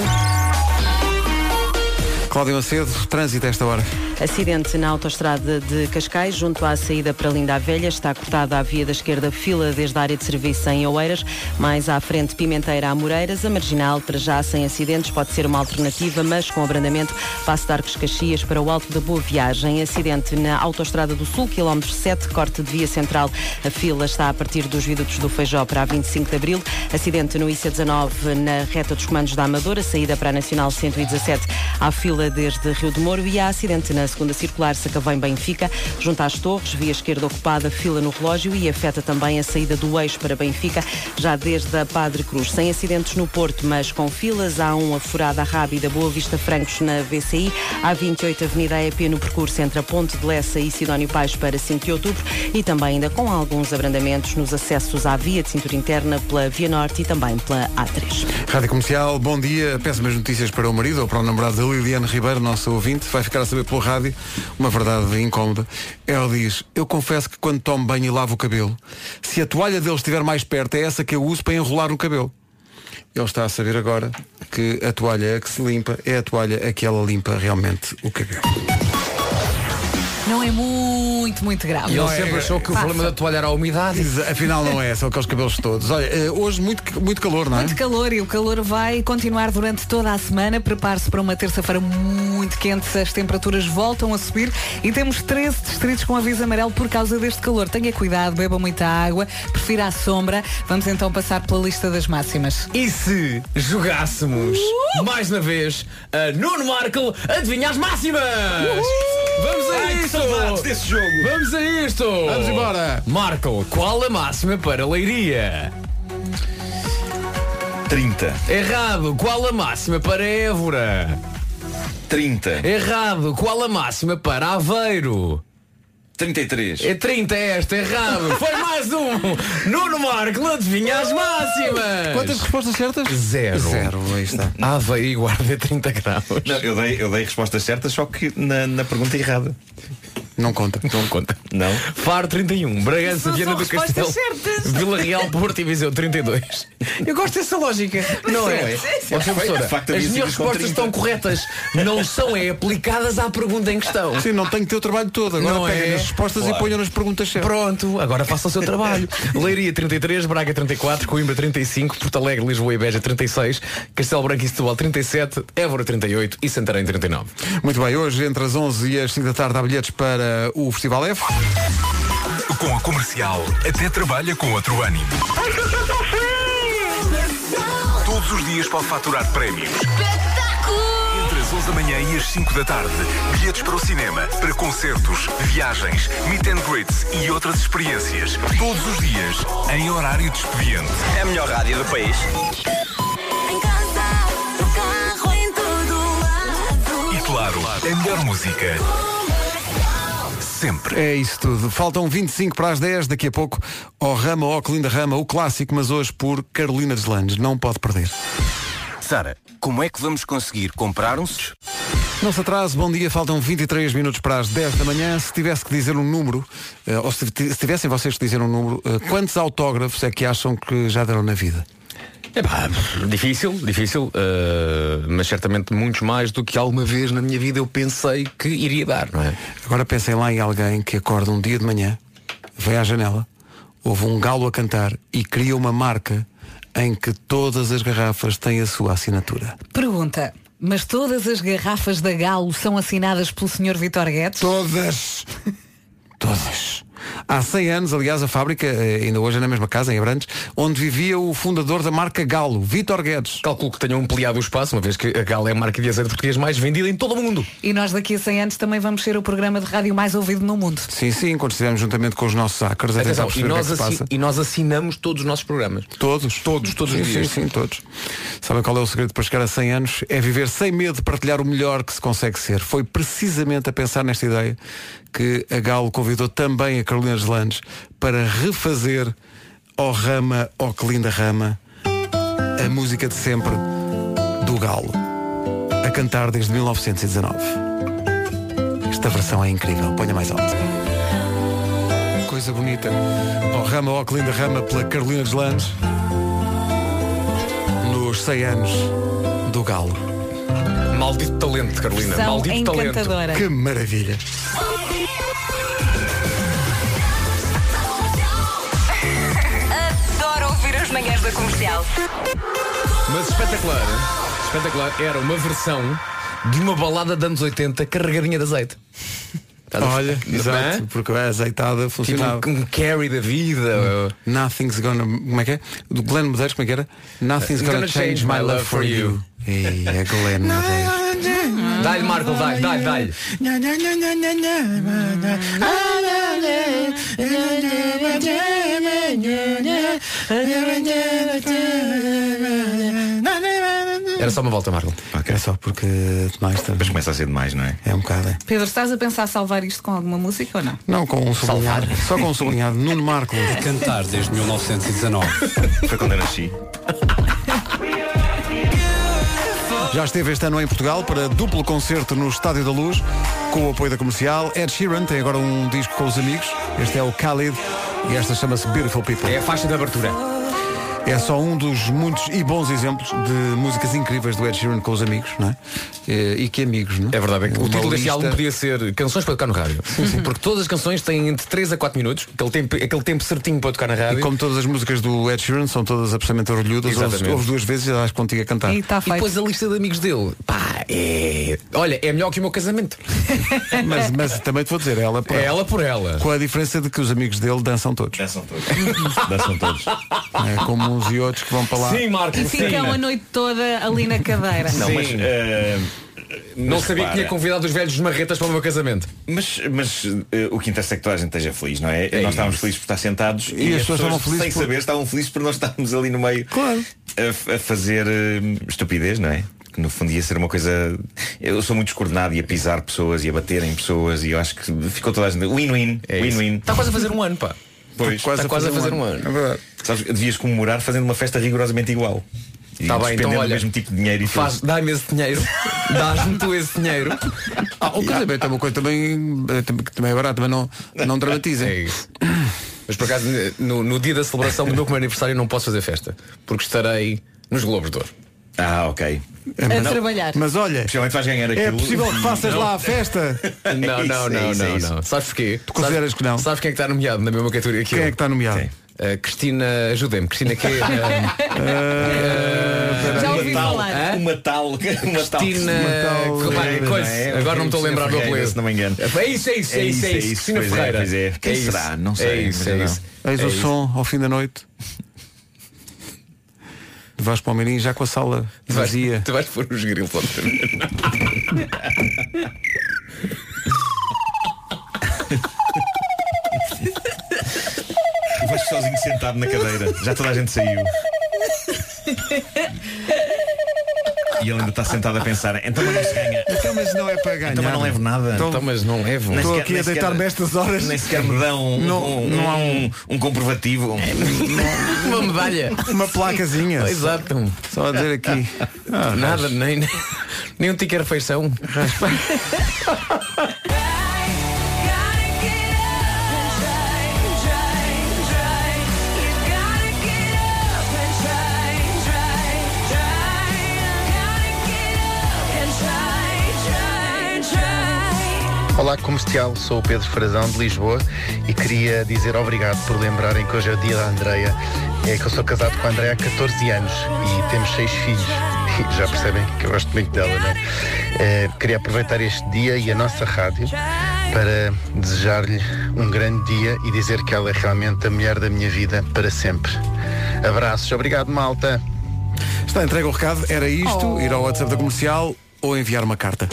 Speaker 1: Cláudio Macedo, trânsito a esta hora.
Speaker 2: Acidente na autoestrada de Cascais, junto à saída para Linda a Velha, está cortada a via da esquerda fila desde a área de serviço em Oeiras, mais à frente Pimenteira a Moreiras, a marginal para já sem acidentes pode ser uma alternativa, mas com abrandamento passo de Arcos Caxias para o Alto da Boa Viagem. Acidente na autoestrada do Sul, quilómetro 7, corte de via central. A fila está a partir dos viadutos do Feijó para a 25 de Abril. Acidente no IC19 na reta dos comandos da Amadora, saída para a Nacional 117 à fila desde Rio de Moro e há acidente na segunda circular Sacavém Benfica, junto às Torres, via esquerda ocupada, fila no relógio e afeta também a saída do eixo para Benfica, já desde a Padre Cruz. Sem acidentes no Porto, mas com filas, há um afurado à Rábida Boa Vista Francos na VCI, há 28 Avenida EP no percurso entre a Ponte de Lessa e Sidónio Pais para 5 de outubro e também ainda com alguns abrandamentos nos acessos à via de cintura interna pela Via Norte e também pela A3.
Speaker 1: Rádio Comercial, bom dia. Péssimas notícias para o marido ou para o namorado da Liliane Ribeiro, nosso ouvinte. Vai ficar a saber pelo rádio uma verdade incómoda. Ela diz, eu confesso que quando tomo banho e lavo o cabelo, se a toalha dele estiver mais perto, é essa que eu uso para enrolar o cabelo. Ele está a saber agora que a toalha que se limpa é a toalha a que ela limpa realmente o cabelo.
Speaker 3: Não é muito, muito grave.
Speaker 1: E ele
Speaker 3: Não é-
Speaker 1: sempre achou que o
Speaker 3: Passa.
Speaker 1: problema da toalha era a umidade. Afinal não é, são aqueles cabelos todos. Olha, eh, hoje muito, muito calor, não é?
Speaker 3: Muito calor e o calor vai continuar durante toda a semana. Prepare-se para uma terça-feira muito quente. As temperaturas voltam a subir e temos 13 distritos com aviso amarelo por causa deste calor. Tenha cuidado, beba muita água, prefira a sombra. Vamos então passar pela lista das máximas.
Speaker 6: E se jogássemos mais uma vez a Nuno Markle adivinha as máximas? Vamos a
Speaker 13: Ai, que
Speaker 6: isto!
Speaker 13: saudades
Speaker 6: desse jogo! Vamos a isto!
Speaker 13: Vamos embora.
Speaker 6: Markle, qual a máxima para Leiria?
Speaker 4: 30.
Speaker 6: Errado, qual a máxima para Évora?
Speaker 4: 30.
Speaker 6: Errado, qual a máxima para Aveiro?
Speaker 4: 33.
Speaker 6: É 30 esta, errado. Foi mais um. Nuno Marco, adivinha as máximas.
Speaker 1: Quantas respostas certas?
Speaker 6: Zero.
Speaker 1: É Zero, aí está.
Speaker 6: Aveiro e Guarda 30 graus.
Speaker 4: Não, eu dei, eu dei respostas certas, só que na, na pergunta errada.
Speaker 1: Não conta.
Speaker 6: (laughs) Não conta.
Speaker 4: Não.
Speaker 6: Faro 31, Bragança,
Speaker 4: São só
Speaker 6: Viana do Castelo,
Speaker 4: respostas certas.
Speaker 6: Vila Real, Porto e Viseu 32. Eu gosto dessa lógica. Não é? Ó, senhora professora,
Speaker 4: De facto, havia
Speaker 6: as minhas
Speaker 4: sítios com
Speaker 6: respostas
Speaker 4: 30.
Speaker 6: estão corretas. Não são é aplicadas à pergunta em questão.
Speaker 1: Sim, não tenho que ter o trabalho todo. Agora
Speaker 6: Não
Speaker 1: peguem
Speaker 6: é?
Speaker 1: nas respostas e
Speaker 6: Claro.
Speaker 1: ponham nas perguntas certas.
Speaker 6: Pronto, agora faça o seu trabalho. Leiria 33, Braga 34, Coimbra 35, Porto Alegre, Lisboa e Beja 36, Castelo Branco e Setúbal 37, Évora 38 e Santarém 39.
Speaker 1: Muito bem, hoje entre as 11 e as 5 da tarde há bilhetes para o Festival F.
Speaker 15: Com a comercial, até trabalha com outro ânimo. Todos os dias pode faturar prémios. Entre as 11 da manhã e as 5 da tarde, bilhetes para o cinema, para concertos, viagens, meet and greets e outras experiências. Todos os dias, em horário de expediente. É a melhor rádio do país. E claro, a melhor música. Sempre.
Speaker 1: É isso tudo. Faltam 25 para as 10, daqui a pouco. Ó Rama, ó que linda Rama, o clássico, mas hoje por Carolina Deslandes. Não pode perder.
Speaker 17: Sara, como é que vamos conseguir comprar um uns?
Speaker 1: Não se atrase, bom dia, faltam 23 minutos para as 10 da manhã. Se tivesse que dizer um número, eh, ou se ti- se tivessem vocês que dizer um número, eh, quantos autógrafos é que acham que já deram na vida?
Speaker 6: Epá, difícil, difícil, eh, mas certamente muitos mais do que alguma vez na minha vida eu pensei que iria dar, não é?
Speaker 1: Agora pensem lá em alguém que acorda um dia de manhã, vai à janela, ouve um galo a cantar e cria uma marca em que todas as garrafas têm a sua assinatura.
Speaker 3: Pergunta. Mas todas as garrafas da Galo são assinadas pelo Sr. Vitor Guedes?
Speaker 1: Todas. (laughs) Todas. Há 100 anos, aliás, a fábrica, eh, ainda hoje é na mesma casa, em Abrantes, onde vivia o fundador da marca Galo, Vítor Guedes.
Speaker 6: Calculo que tenham ampliado o espaço, uma vez que a Gala é a marca de azeite português mais vendida em todo o mundo.
Speaker 3: E nós daqui a 100 anos também vamos ser o programa de rádio mais ouvido no mundo.
Speaker 1: Sim, sim, quando estivemos juntamente com os nossos hackers a tentar
Speaker 6: Atenção, e
Speaker 1: perceber o que é
Speaker 6: nós, assim
Speaker 1: que se
Speaker 6: assi-
Speaker 1: passa.
Speaker 6: e nós assinamos todos os nossos programas.
Speaker 1: Todos.
Speaker 6: Todos, todos
Speaker 1: sim,
Speaker 6: os dias.
Speaker 1: Sim, sim, todos. Sabem qual é o segredo para chegar a 100 anos? É viver sem medo de partilhar o melhor que se consegue ser. Foi precisamente a pensar nesta ideia que a Galo convidou também a Carolina Gelandes para refazer Ó Rama, Ó Que Linda Rama, a música de sempre do Galo, a cantar desde 1919. Esta versão é incrível. Ponha mais alto. Coisa bonita. Ó Rama, ó que linda Rama, pela Carolina dos Landes. Nos 100 anos do Galo.
Speaker 6: Maldito talento, Carolina.
Speaker 3: Versão
Speaker 6: Maldito
Speaker 3: encantadora.
Speaker 6: talento.
Speaker 1: Que maravilha.
Speaker 18: Adoro ouvir as manhãs da comercial.
Speaker 6: Mas espetacular, espetacular, era uma versão de uma balada de anos 80 carregadinha de azeite.
Speaker 1: Olha,
Speaker 6: Não é?
Speaker 1: exato, porque a azeitada funcionava.
Speaker 6: um- um carry da vida.
Speaker 1: Tipo, Hum. Nothing's gonna. Como é que é? Do Glenn Medeiros, como é que era? Nothing's gonna, change, my love for you. Ei, é Glenn (laughs) Medeiros.
Speaker 6: Dá-lhe, Marco, dá-lhe, dá-lhe, dá-lhe.
Speaker 1: Ah, Era
Speaker 6: só uma volta, Marco.
Speaker 1: Era É só porque demais também.
Speaker 4: Mas começa a ser demais, não é?
Speaker 1: É um bocado. é.
Speaker 3: Pedro, estás a pensar salvar isto com alguma música ou não?
Speaker 1: Não com um sublinhado. Só com um sublinhado. Nuno Marco.
Speaker 19: Cantar desde 1919.
Speaker 4: Foi quando eu nasci.
Speaker 1: Já esteve este ano em Portugal para duplo concerto no Estádio da Luz, com o apoio da comercial. Ed Sheeran tem agora um disco com os amigos. Este é o Khalid e esta chama-se Beautiful People. É
Speaker 6: a faixa de abertura.
Speaker 1: É só um dos muitos e bons exemplos de músicas incríveis do Ed Sheeran com os amigos, não é? E, e que amigos, não é?
Speaker 6: É verdade, é que o
Speaker 1: Uma
Speaker 6: título deste
Speaker 1: lista-
Speaker 6: álbum podia ser Canções para tocar no rádio. Porque todas as canções têm entre 3 a 4 minutos, aquele tempo, aquele tempo certinho para tocar na rádio.
Speaker 1: E como todas as músicas do Ed Sheeran são todas absolutamente orgulhudas, ouves,
Speaker 6: Exatamente.
Speaker 1: ouves duas vezes e já estás contigo a cantar.
Speaker 6: E, tá- depois a lista de amigos dele. Pá, é. Olha, é melhor que o meu casamento.
Speaker 1: Mas, mas também te vou dizer, ela por
Speaker 6: É ela por ela.
Speaker 1: Com a diferença de que os amigos dele dançam todos.
Speaker 4: Dançam todos. dançam todos.
Speaker 1: É como uns e outros que vão para lá.
Speaker 3: E ficam a noite toda ali na cadeira.
Speaker 4: Não, mas, eh,
Speaker 6: Não
Speaker 4: mas
Speaker 6: sabia que tinha
Speaker 4: repara,
Speaker 6: convidado os velhos marretas para o meu casamento.
Speaker 4: Mas, mas eh, o que interessa é que toda a gente esteja feliz, não é?
Speaker 6: É
Speaker 4: nós
Speaker 6: isso.
Speaker 4: estávamos felizes por estar sentados
Speaker 6: E as pessoas estavam felizes
Speaker 4: sem
Speaker 6: por-
Speaker 4: saber, estavam felizes por nós estarmos ali no meio a, a fazer eh, estupidez, não é? Que no fundo ia ser uma coisa. Eu sou muito descoordenado e a pisar pessoas e a bater em pessoas e eu acho que ficou toda a gente. Win-win.
Speaker 6: É
Speaker 4: Win-win.
Speaker 6: Está quase a fazer um ano, pá.
Speaker 4: Pois,
Speaker 6: Quase Está a quase a fazer fazer um um ano. ano.
Speaker 4: É verdade. Sabes, devias comemorar fazendo uma festa rigorosamente igual. E
Speaker 6: Tá bem,
Speaker 4: despendendo
Speaker 6: então,
Speaker 4: o
Speaker 6: olha,
Speaker 4: mesmo tipo de dinheiro e tudo.
Speaker 6: Faz, dá-me esse dinheiro. Dás-me tu esse dinheiro.
Speaker 1: Ah, o casamento é uma coisa também, eh, tam- que também é barata, mas não, não
Speaker 6: (laughs)
Speaker 1: dramatizem.
Speaker 6: É Mas por acaso, no, no dia da celebração do meu primeiro aniversário, não posso fazer festa. Porque estarei nos Globos de Ouro.
Speaker 4: Ah, ok.
Speaker 1: É, mas- Mas olha, é possível que faças lá a festa?
Speaker 4: É
Speaker 6: Não, não, não, não, não. Sabes porquê? Tu consideras
Speaker 1: que não?
Speaker 6: Sabes quem é que está nomeado na mesma categoria que
Speaker 1: Quem
Speaker 6: eu?
Speaker 1: é que está nomeado?
Speaker 6: Uh, Cristina, ajudem-me. Cristina
Speaker 4: (laughs)
Speaker 6: Eh, que
Speaker 4: Já ouvi
Speaker 6: Uma tal-
Speaker 4: falar.
Speaker 6: Hã?
Speaker 4: Uma tal, uma tal
Speaker 6: Cristina,
Speaker 4: Uma tal-
Speaker 6: Qualquer
Speaker 4: um Ferreira,
Speaker 6: coisa.
Speaker 4: não é?
Speaker 6: agora não me estou a
Speaker 4: Cristina
Speaker 6: lembrar do
Speaker 4: Ferreira,
Speaker 6: apelido.
Speaker 4: se não me engano.
Speaker 6: É isso, é isso, é isso, é isso. Cristina
Speaker 4: pois é,
Speaker 6: Ferreira.
Speaker 4: pois é. Quem
Speaker 6: É isso.
Speaker 4: será? Não
Speaker 6: É
Speaker 4: sei.
Speaker 6: isso,
Speaker 4: mas
Speaker 6: é
Speaker 4: não.
Speaker 6: isso.
Speaker 1: Eis
Speaker 6: É
Speaker 1: o
Speaker 6: isso.
Speaker 1: som ao fim da noite. De Vasco Palmeirinho já com a sala
Speaker 6: Tu vais-
Speaker 1: vazia.
Speaker 6: Tu vais pôr os grilos outra
Speaker 4: (laughs) Então,
Speaker 6: vez.
Speaker 4: Vais sozinho sentado na cadeira. Já toda a gente saiu. E ele ainda está sentado a pensar. Então mas não se ganha.
Speaker 1: Então, mas não é para ganhar.
Speaker 4: Então mas não levo nada.
Speaker 1: Então-
Speaker 6: Então, mas não levo.
Speaker 4: Nem
Speaker 1: Estou
Speaker 4: sequer-
Speaker 1: aqui
Speaker 4: nem
Speaker 1: a
Speaker 4: sequer-
Speaker 1: deitar-me estas horas.
Speaker 4: Nem sequer me dão um,
Speaker 1: Não-
Speaker 4: um,
Speaker 1: não há
Speaker 4: um, um comprovativo.
Speaker 6: Uma
Speaker 4: (laughs)
Speaker 6: medalha.
Speaker 1: Uma
Speaker 6: (laughs)
Speaker 1: placazinha.
Speaker 4: Então,
Speaker 6: Exato.
Speaker 1: Só a dizer aqui. Ah,
Speaker 6: é. Nada, nem, nem, nem um ticket refeição.
Speaker 20: Olá comercial, sou o Pedro Frazão de Lisboa e queria dizer obrigado por lembrarem que hoje é o dia da Andreia. É que eu sou casado com a Andreia há 14 anos e temos seis filhos. E já percebem que eu gosto muito dela, não é? Eh, Queria aproveitar este dia e a nossa rádio para desejar-lhe um grande dia e dizer que ela é realmente a mulher da minha vida para sempre. Abraços, obrigado malta.
Speaker 1: Está entregue o recado. Era isto, ir ao WhatsApp da comercial ou enviar uma carta.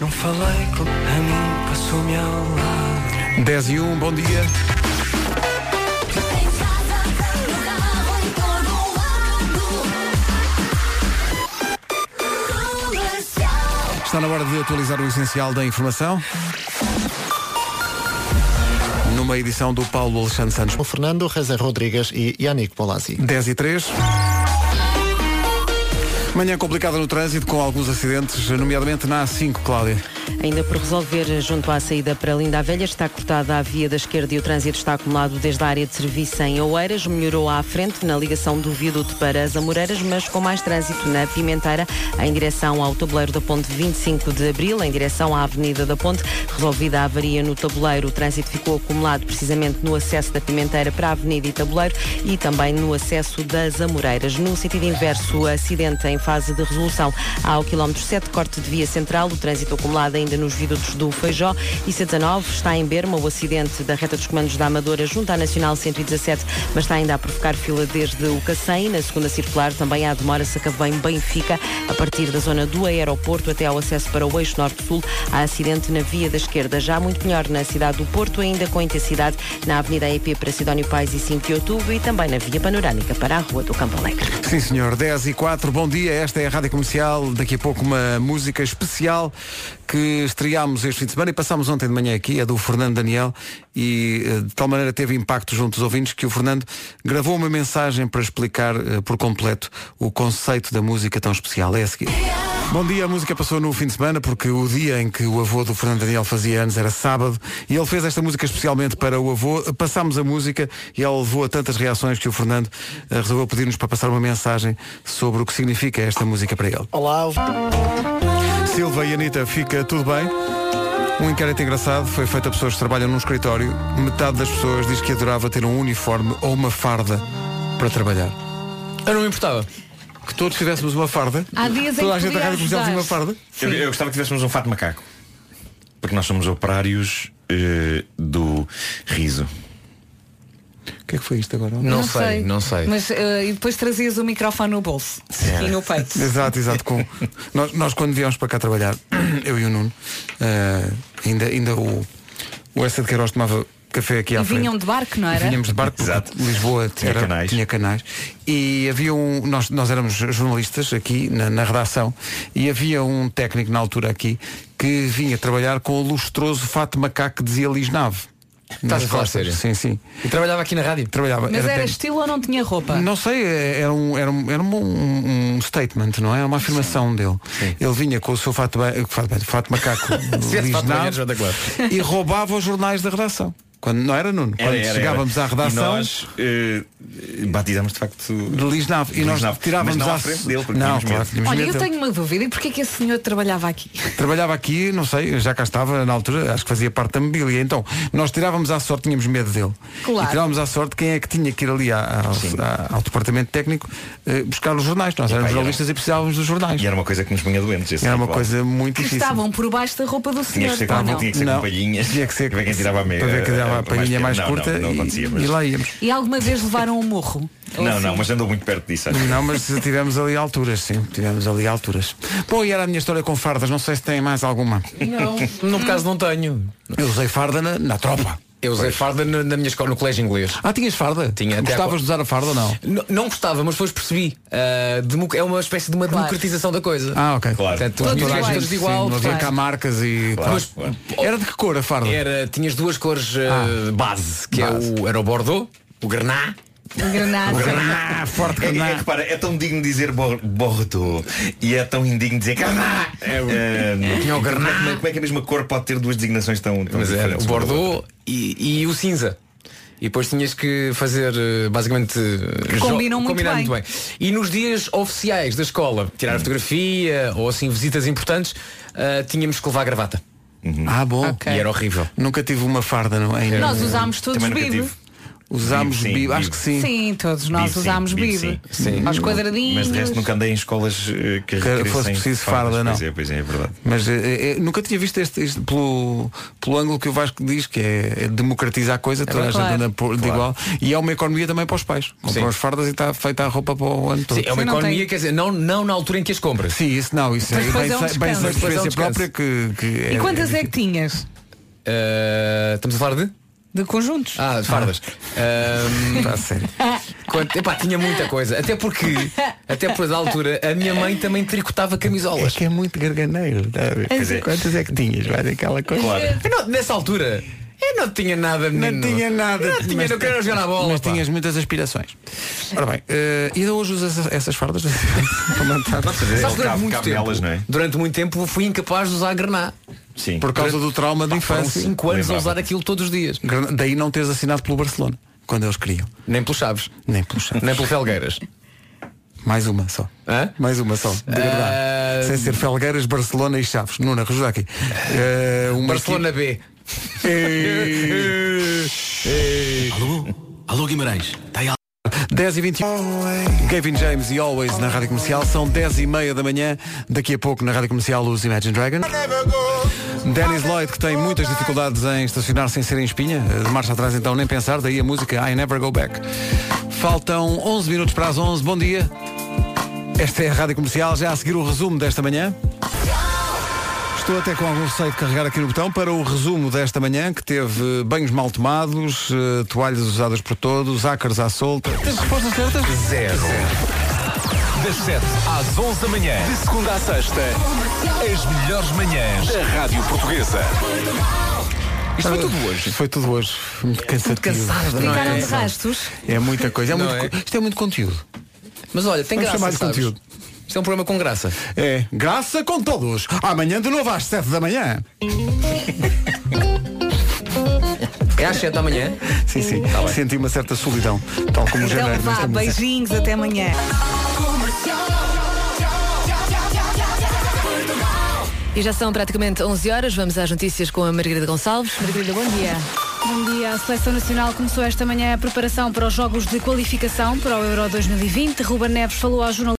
Speaker 13: Não falei com a mim, passou-me ao lado.
Speaker 1: 10 e 1, bom dia. Está na hora de atualizar o essencial da informação. Numa edição do Paulo Alexandre Santos.
Speaker 7: O Fernando Reza Rodrigues e Yannick Polazzi.
Speaker 1: 10 e 3. Manhã complicada no trânsito, com alguns acidentes, nomeadamente na A5, Cláudia.
Speaker 2: Ainda por resolver, junto à saída para Linda a Velha, está cortada a via da esquerda e o trânsito está acumulado desde a área de serviço em Oeiras. Melhorou à frente na ligação do viaduto para as Amoreiras, mas com mais trânsito na Pimenteira, em direção ao tabuleiro da Ponte 25 de Abril, em direção à Avenida da Ponte. Resolvida a avaria no tabuleiro, o trânsito ficou acumulado precisamente no acesso da Pimenteira para a Avenida e Tabuleiro e também no acesso das Amoreiras. No sentido inverso, acidente em fase de resolução ao quilómetro 7, corte de via central, o trânsito acumulado ainda nos viadutos do Feijó. IC19 está em Berma, o acidente da reta dos comandos da Amadora junto à Nacional 117, mas está ainda a provocar fila desde o Cacém. Na segunda circular também há demora-se acabou em Benfica, a partir da zona do aeroporto até ao acesso para o eixo norte-sul. Há acidente na via da esquerda, já muito melhor na cidade do Porto, ainda com intensidade na Avenida EP para Sidónio Pais e 5 de Outubro e também na via panorâmica para a Rua do Campo Alegre.
Speaker 1: Sim, senhor. 10 e 4, bom dia. Esta é a Rádio Comercial. Daqui a pouco uma música especial que estreámos este fim de semana e passámos ontem de manhã aqui, é do Fernando Daniel, e eh, de tal maneira teve impacto junto dos ouvintes que o Fernando gravou uma mensagem para explicar eh, por completo o conceito da música tão especial. É a seguir. Bom dia, a música passou no fim de semana porque o dia em que o avô do Fernando Daniel fazia anos era sábado e ele fez esta música especialmente para o avô. Passámos a música e ela levou a tantas reações que o Fernando eh, resolveu pedir-nos para passar uma mensagem sobre o que significa esta música para ele.
Speaker 7: Olá.
Speaker 1: Silva e Anitta, fica tudo bem? Um inquérito engraçado foi feito a pessoas que trabalham num escritório. Metade das pessoas diz que adorava ter um uniforme ou uma farda para trabalhar. Eu não me importava. Que todos tivéssemos uma farda.
Speaker 3: Há dias em
Speaker 1: Toda a
Speaker 3: que
Speaker 1: gente da
Speaker 3: podia
Speaker 1: rádio comercial tinha uma
Speaker 3: ajudar.
Speaker 1: farda.
Speaker 4: Eu, eu gostava que tivéssemos um fato de macaco. Porque nós somos operários eh, do riso.
Speaker 1: O que é que foi isto agora?
Speaker 3: Mas eh, e depois trazias o microfone no bolso e no peito.
Speaker 1: Exato, exato. Com... Nós, nós quando viemos para cá trabalhar, (clears throat) eu e o Nuno, eh, ainda, ainda o, o Essa de Queiroz tomava café aqui à
Speaker 3: E
Speaker 1: frente.
Speaker 3: vinham de barco, não
Speaker 1: E
Speaker 3: era?
Speaker 1: Vinhamos de barco, Exato. Lisboa tinha, canais. tinha canais. E havia um. Nós, nós éramos jornalistas aqui na, na redação e havia um técnico na altura aqui que vinha trabalhar com o lustroso fato macaco que dizia Lisnave.
Speaker 6: Estás
Speaker 1: Nas
Speaker 6: a falar
Speaker 1: costas.
Speaker 6: sério?
Speaker 1: Sim, sim.
Speaker 6: E trabalhava aqui na rádio?
Speaker 1: Trabalhava.
Speaker 3: Mas era
Speaker 1: técnico.
Speaker 3: estilo ou não tinha roupa?
Speaker 1: Não sei, é- era um, era um, era um, um- um statement, não é? Era uma afirmação dele. Ele vinha com o seu fato, ba- eh, fato, ba- fato
Speaker 4: (laughs)
Speaker 1: macaco
Speaker 6: Se é de fato
Speaker 1: lisnado
Speaker 6: banheiro, já está claro.
Speaker 1: e roubava os jornais da redação. Quando não era Nuno,
Speaker 4: Era,
Speaker 1: quando
Speaker 4: era,
Speaker 1: chegávamos
Speaker 4: era.
Speaker 1: à redação.
Speaker 4: E nós eh, batizamos de facto
Speaker 1: de Lisnave e nós
Speaker 4: Lisnave.
Speaker 1: tirávamos
Speaker 4: Mas não à
Speaker 1: a-
Speaker 4: frente dele, porque
Speaker 1: não,
Speaker 4: tínhamos
Speaker 1: claro,
Speaker 4: medo.
Speaker 1: tínhamos
Speaker 3: Olha,
Speaker 1: medo
Speaker 3: eu
Speaker 1: dele.
Speaker 3: tenho uma dúvida. E porquê que esse senhor trabalhava aqui?
Speaker 1: Trabalhava aqui, não sei, já cá estava na altura, acho que fazia parte da mobília. Então, nós tirávamos à sorte, tínhamos medo dele.
Speaker 3: Claro.
Speaker 1: E tirávamos à sorte quem é que tinha que ir ali à- ao, à- ao departamento técnico eh, buscar os jornais. Nós éramos jornalistas e precisávamos dos jornais.
Speaker 4: E era uma coisa que nos punha doentes. esse
Speaker 1: Era uma
Speaker 4: ritual.
Speaker 1: coisa muito
Speaker 3: Que
Speaker 1: difícil.
Speaker 3: estavam por baixo da roupa do
Speaker 4: Tinha
Speaker 3: senhor.
Speaker 4: que ser
Speaker 3: ou
Speaker 4: com,
Speaker 3: não?
Speaker 4: tinha que ser com
Speaker 1: Não.
Speaker 4: palhinhas. Tinha que ser para ver quem tirava a meia.
Speaker 1: para ver quem tirava a
Speaker 4: eh,
Speaker 1: palhinha mais
Speaker 4: pequena. Não,
Speaker 1: curta
Speaker 4: Não, não
Speaker 1: e-
Speaker 4: acontecia,
Speaker 1: e
Speaker 4: mas...
Speaker 1: lá íamos.
Speaker 3: E alguma vez levaram um murro? Ou
Speaker 4: Não,
Speaker 3: assim?
Speaker 4: não, mas andou muito perto disso. acho.
Speaker 1: Não, mas tivemos ali alturas, sim, tivemos ali alturas. Bom, e era a minha história com fardas, não sei se tem mais alguma.
Speaker 6: Não, (laughs) no caso não tenho.
Speaker 1: Eu usei farda na, na tropa.
Speaker 6: Eu usei farda na, na minha escola, no colégio inglês.
Speaker 1: Ah, tinhas farda?
Speaker 6: Tinha. até
Speaker 1: Gostavas
Speaker 6: agora.
Speaker 1: de usar a farda ou não?
Speaker 6: N- Não gostava, mas depois percebi. Ah, democ- é uma espécie de uma democratização da coisa.
Speaker 1: Ah, ok.
Speaker 6: Portanto, os miúdos
Speaker 1: Toda a gente-
Speaker 6: todos igual,
Speaker 1: sim, não havia
Speaker 6: portanto.
Speaker 1: cá marcas e.
Speaker 6: Mas-
Speaker 1: Era de que cor a farda?
Speaker 6: Era, tinhas duas cores ah, base, que é o, era o Bordeaux, o Grená.
Speaker 3: Granada.
Speaker 1: Grená, forte
Speaker 4: (laughs) É, é, repara, é tão digno dizer bor- Bordeaux e é tão indigno dizer Grená. É,
Speaker 6: Tinha o
Speaker 4: como,
Speaker 6: Grená.
Speaker 4: é, que- como é que a mesma cor pode ter duas designações tão, tão
Speaker 1: é,
Speaker 6: Mas era
Speaker 4: diferentes?
Speaker 6: o Bordeaux e, e o cinza. E depois tinhas que fazer eh, basicamente eh, jo-
Speaker 3: combinam muito
Speaker 6: combinar
Speaker 3: bem.
Speaker 6: E nos dias oficiais da escola, tirar fotografia ou assim visitas importantes, eh, tínhamos que levar gravata.
Speaker 1: Ah, bom.
Speaker 6: Ok. E era horrível.
Speaker 1: Nunca tive uma farda, não é?
Speaker 3: Nós usámos todos
Speaker 1: Também nunca
Speaker 3: bibo.
Speaker 1: tive. Usámos
Speaker 4: Bibo, sim,
Speaker 1: bibo, acho
Speaker 4: bibo.
Speaker 1: que sim.
Speaker 3: Sim, todos nós
Speaker 4: Bibo, sim,
Speaker 3: usámos
Speaker 4: bibo,
Speaker 3: bibo.
Speaker 4: sim.
Speaker 3: Aos quadradinhos.
Speaker 4: Mas de resto nunca andei em escolas eh, que, requeressem
Speaker 1: fosse preciso farda, não.
Speaker 4: Pois é, pois é, é verdade.
Speaker 1: Mas eh, eh, nunca tinha visto este, este pelo, pelo ângulo que o Vasco diz, que é, é democratizar a coisa, toda a gente
Speaker 6: claro.
Speaker 1: anda por, de
Speaker 6: Claro.
Speaker 1: igual. E é uma economia também para os pais. Compram as fardas e está feita a roupa para o ano todo.
Speaker 6: Sim, é uma economia, quer dizer, não, não na altura em que as compras.
Speaker 1: Sim, isso não, isso
Speaker 3: Mas
Speaker 1: é
Speaker 3: depois
Speaker 1: bem,
Speaker 3: é um
Speaker 1: bem
Speaker 3: descanso.
Speaker 1: sem
Speaker 6: Depois é um
Speaker 1: experiência
Speaker 6: descanso.
Speaker 1: própria que, que é-
Speaker 3: E quantas é
Speaker 1: difícil.
Speaker 3: que tinhas?
Speaker 6: Eh, estamos a falar de?
Speaker 3: De conjuntos?
Speaker 6: Ah, de fardas. Ahm,
Speaker 1: Pá, sério.
Speaker 6: quanto- epá, tinha muita coisa. Até porque, até por da altura, a minha mãe também tricotava
Speaker 1: É
Speaker 6: camisolas.
Speaker 1: que é muito garganeiro. tá a ver?
Speaker 4: Pois é.
Speaker 1: Quantas é que tinhas? Vai daquela coisa.
Speaker 4: Claro.
Speaker 6: Eu não- nessa altura Eu não tinha nada, menino.
Speaker 1: Não tinha nada.
Speaker 6: Não tinha,
Speaker 1: Mas-
Speaker 6: não queria jogar a bola.
Speaker 1: Mas
Speaker 6: pá.
Speaker 1: tinhas muitas aspirações. Ora bem, eh, e ainda hoje usas essas, essas fardas? (laughs) Para manter-
Speaker 6: Sabes, durante muito tempo-
Speaker 1: é?
Speaker 6: Durante muito tempo fui incapaz de usar graná.
Speaker 4: Sim.
Speaker 1: Por causa do trauma de infância.
Speaker 6: 5 anos a usar aquilo todos os dias.
Speaker 1: Gran- Daí não teres assinado pelo Barcelona, quando eles queriam.
Speaker 6: Nem pelos Chaves.
Speaker 1: Nem pelos Chaves.
Speaker 6: Nem
Speaker 1: (laughs)
Speaker 6: pelo Felgueiras.
Speaker 1: Mais uma só. Mais uma só, de verdade. Sem ser Felgueiras, Barcelona e Chaves. Nuna, ajuda aqui. Eh, uma
Speaker 6: Barcelona B. (laughs)
Speaker 1: Alô? Alô Guimarães? Tá 10 e 21 Gavin James e Always na Rádio Comercial São 10 e meia da manhã Daqui a pouco na Rádio Comercial os Imagine Dragons Dennis Lloyd que tem muitas dificuldades em estacionar sem ser em espinha De marcha atrás então nem pensar Daí a música I Never Go Back Faltam 11 minutos para as 11 Bom dia Esta é a Rádio Comercial Já a seguir o resumo desta manhã Estou até com algum receio de carregar aqui no botão para o resumo desta manhã, que teve eh, banhos mal tomados, eh, toalhas usadas por todos, ácaros à solta. Tens respostas certas?
Speaker 15: Zero. Das 7 às 11 da manhã, de segunda à sexta, as melhores manhãs da Rádio Portuguesa.
Speaker 1: Isto foi tudo hoje? Foi tudo hoje. Muito cansativo.
Speaker 6: cansado, não é? Ficaram de
Speaker 3: rastos.
Speaker 1: É muita coisa. É
Speaker 6: Não
Speaker 1: muito,
Speaker 6: é?
Speaker 1: co- Isto é muito conteúdo.
Speaker 6: Mas olha, tem
Speaker 1: Vamos
Speaker 6: graça.
Speaker 1: chamar de
Speaker 6: sabes?
Speaker 1: conteúdo.
Speaker 6: Isto é um programa com graça.
Speaker 1: É, graça com todos. Amanhã de novo às 7 da manhã.
Speaker 6: É às 7 da manhã?
Speaker 1: Sim, sim. Senti uma certa solidão, tal como o
Speaker 3: Então
Speaker 1: janeiro.
Speaker 3: vá,
Speaker 1: nesta música.
Speaker 3: beijinhos, até amanhã.
Speaker 21: E já são praticamente 11 horas, vamos às notícias com a Margarida Gonçalves. Margarida, bom dia.
Speaker 22: Bom dia. A Seleção Nacional começou esta manhã a preparação para os jogos de qualificação para o Euro 2020. Ruben Neves falou aos jornalistas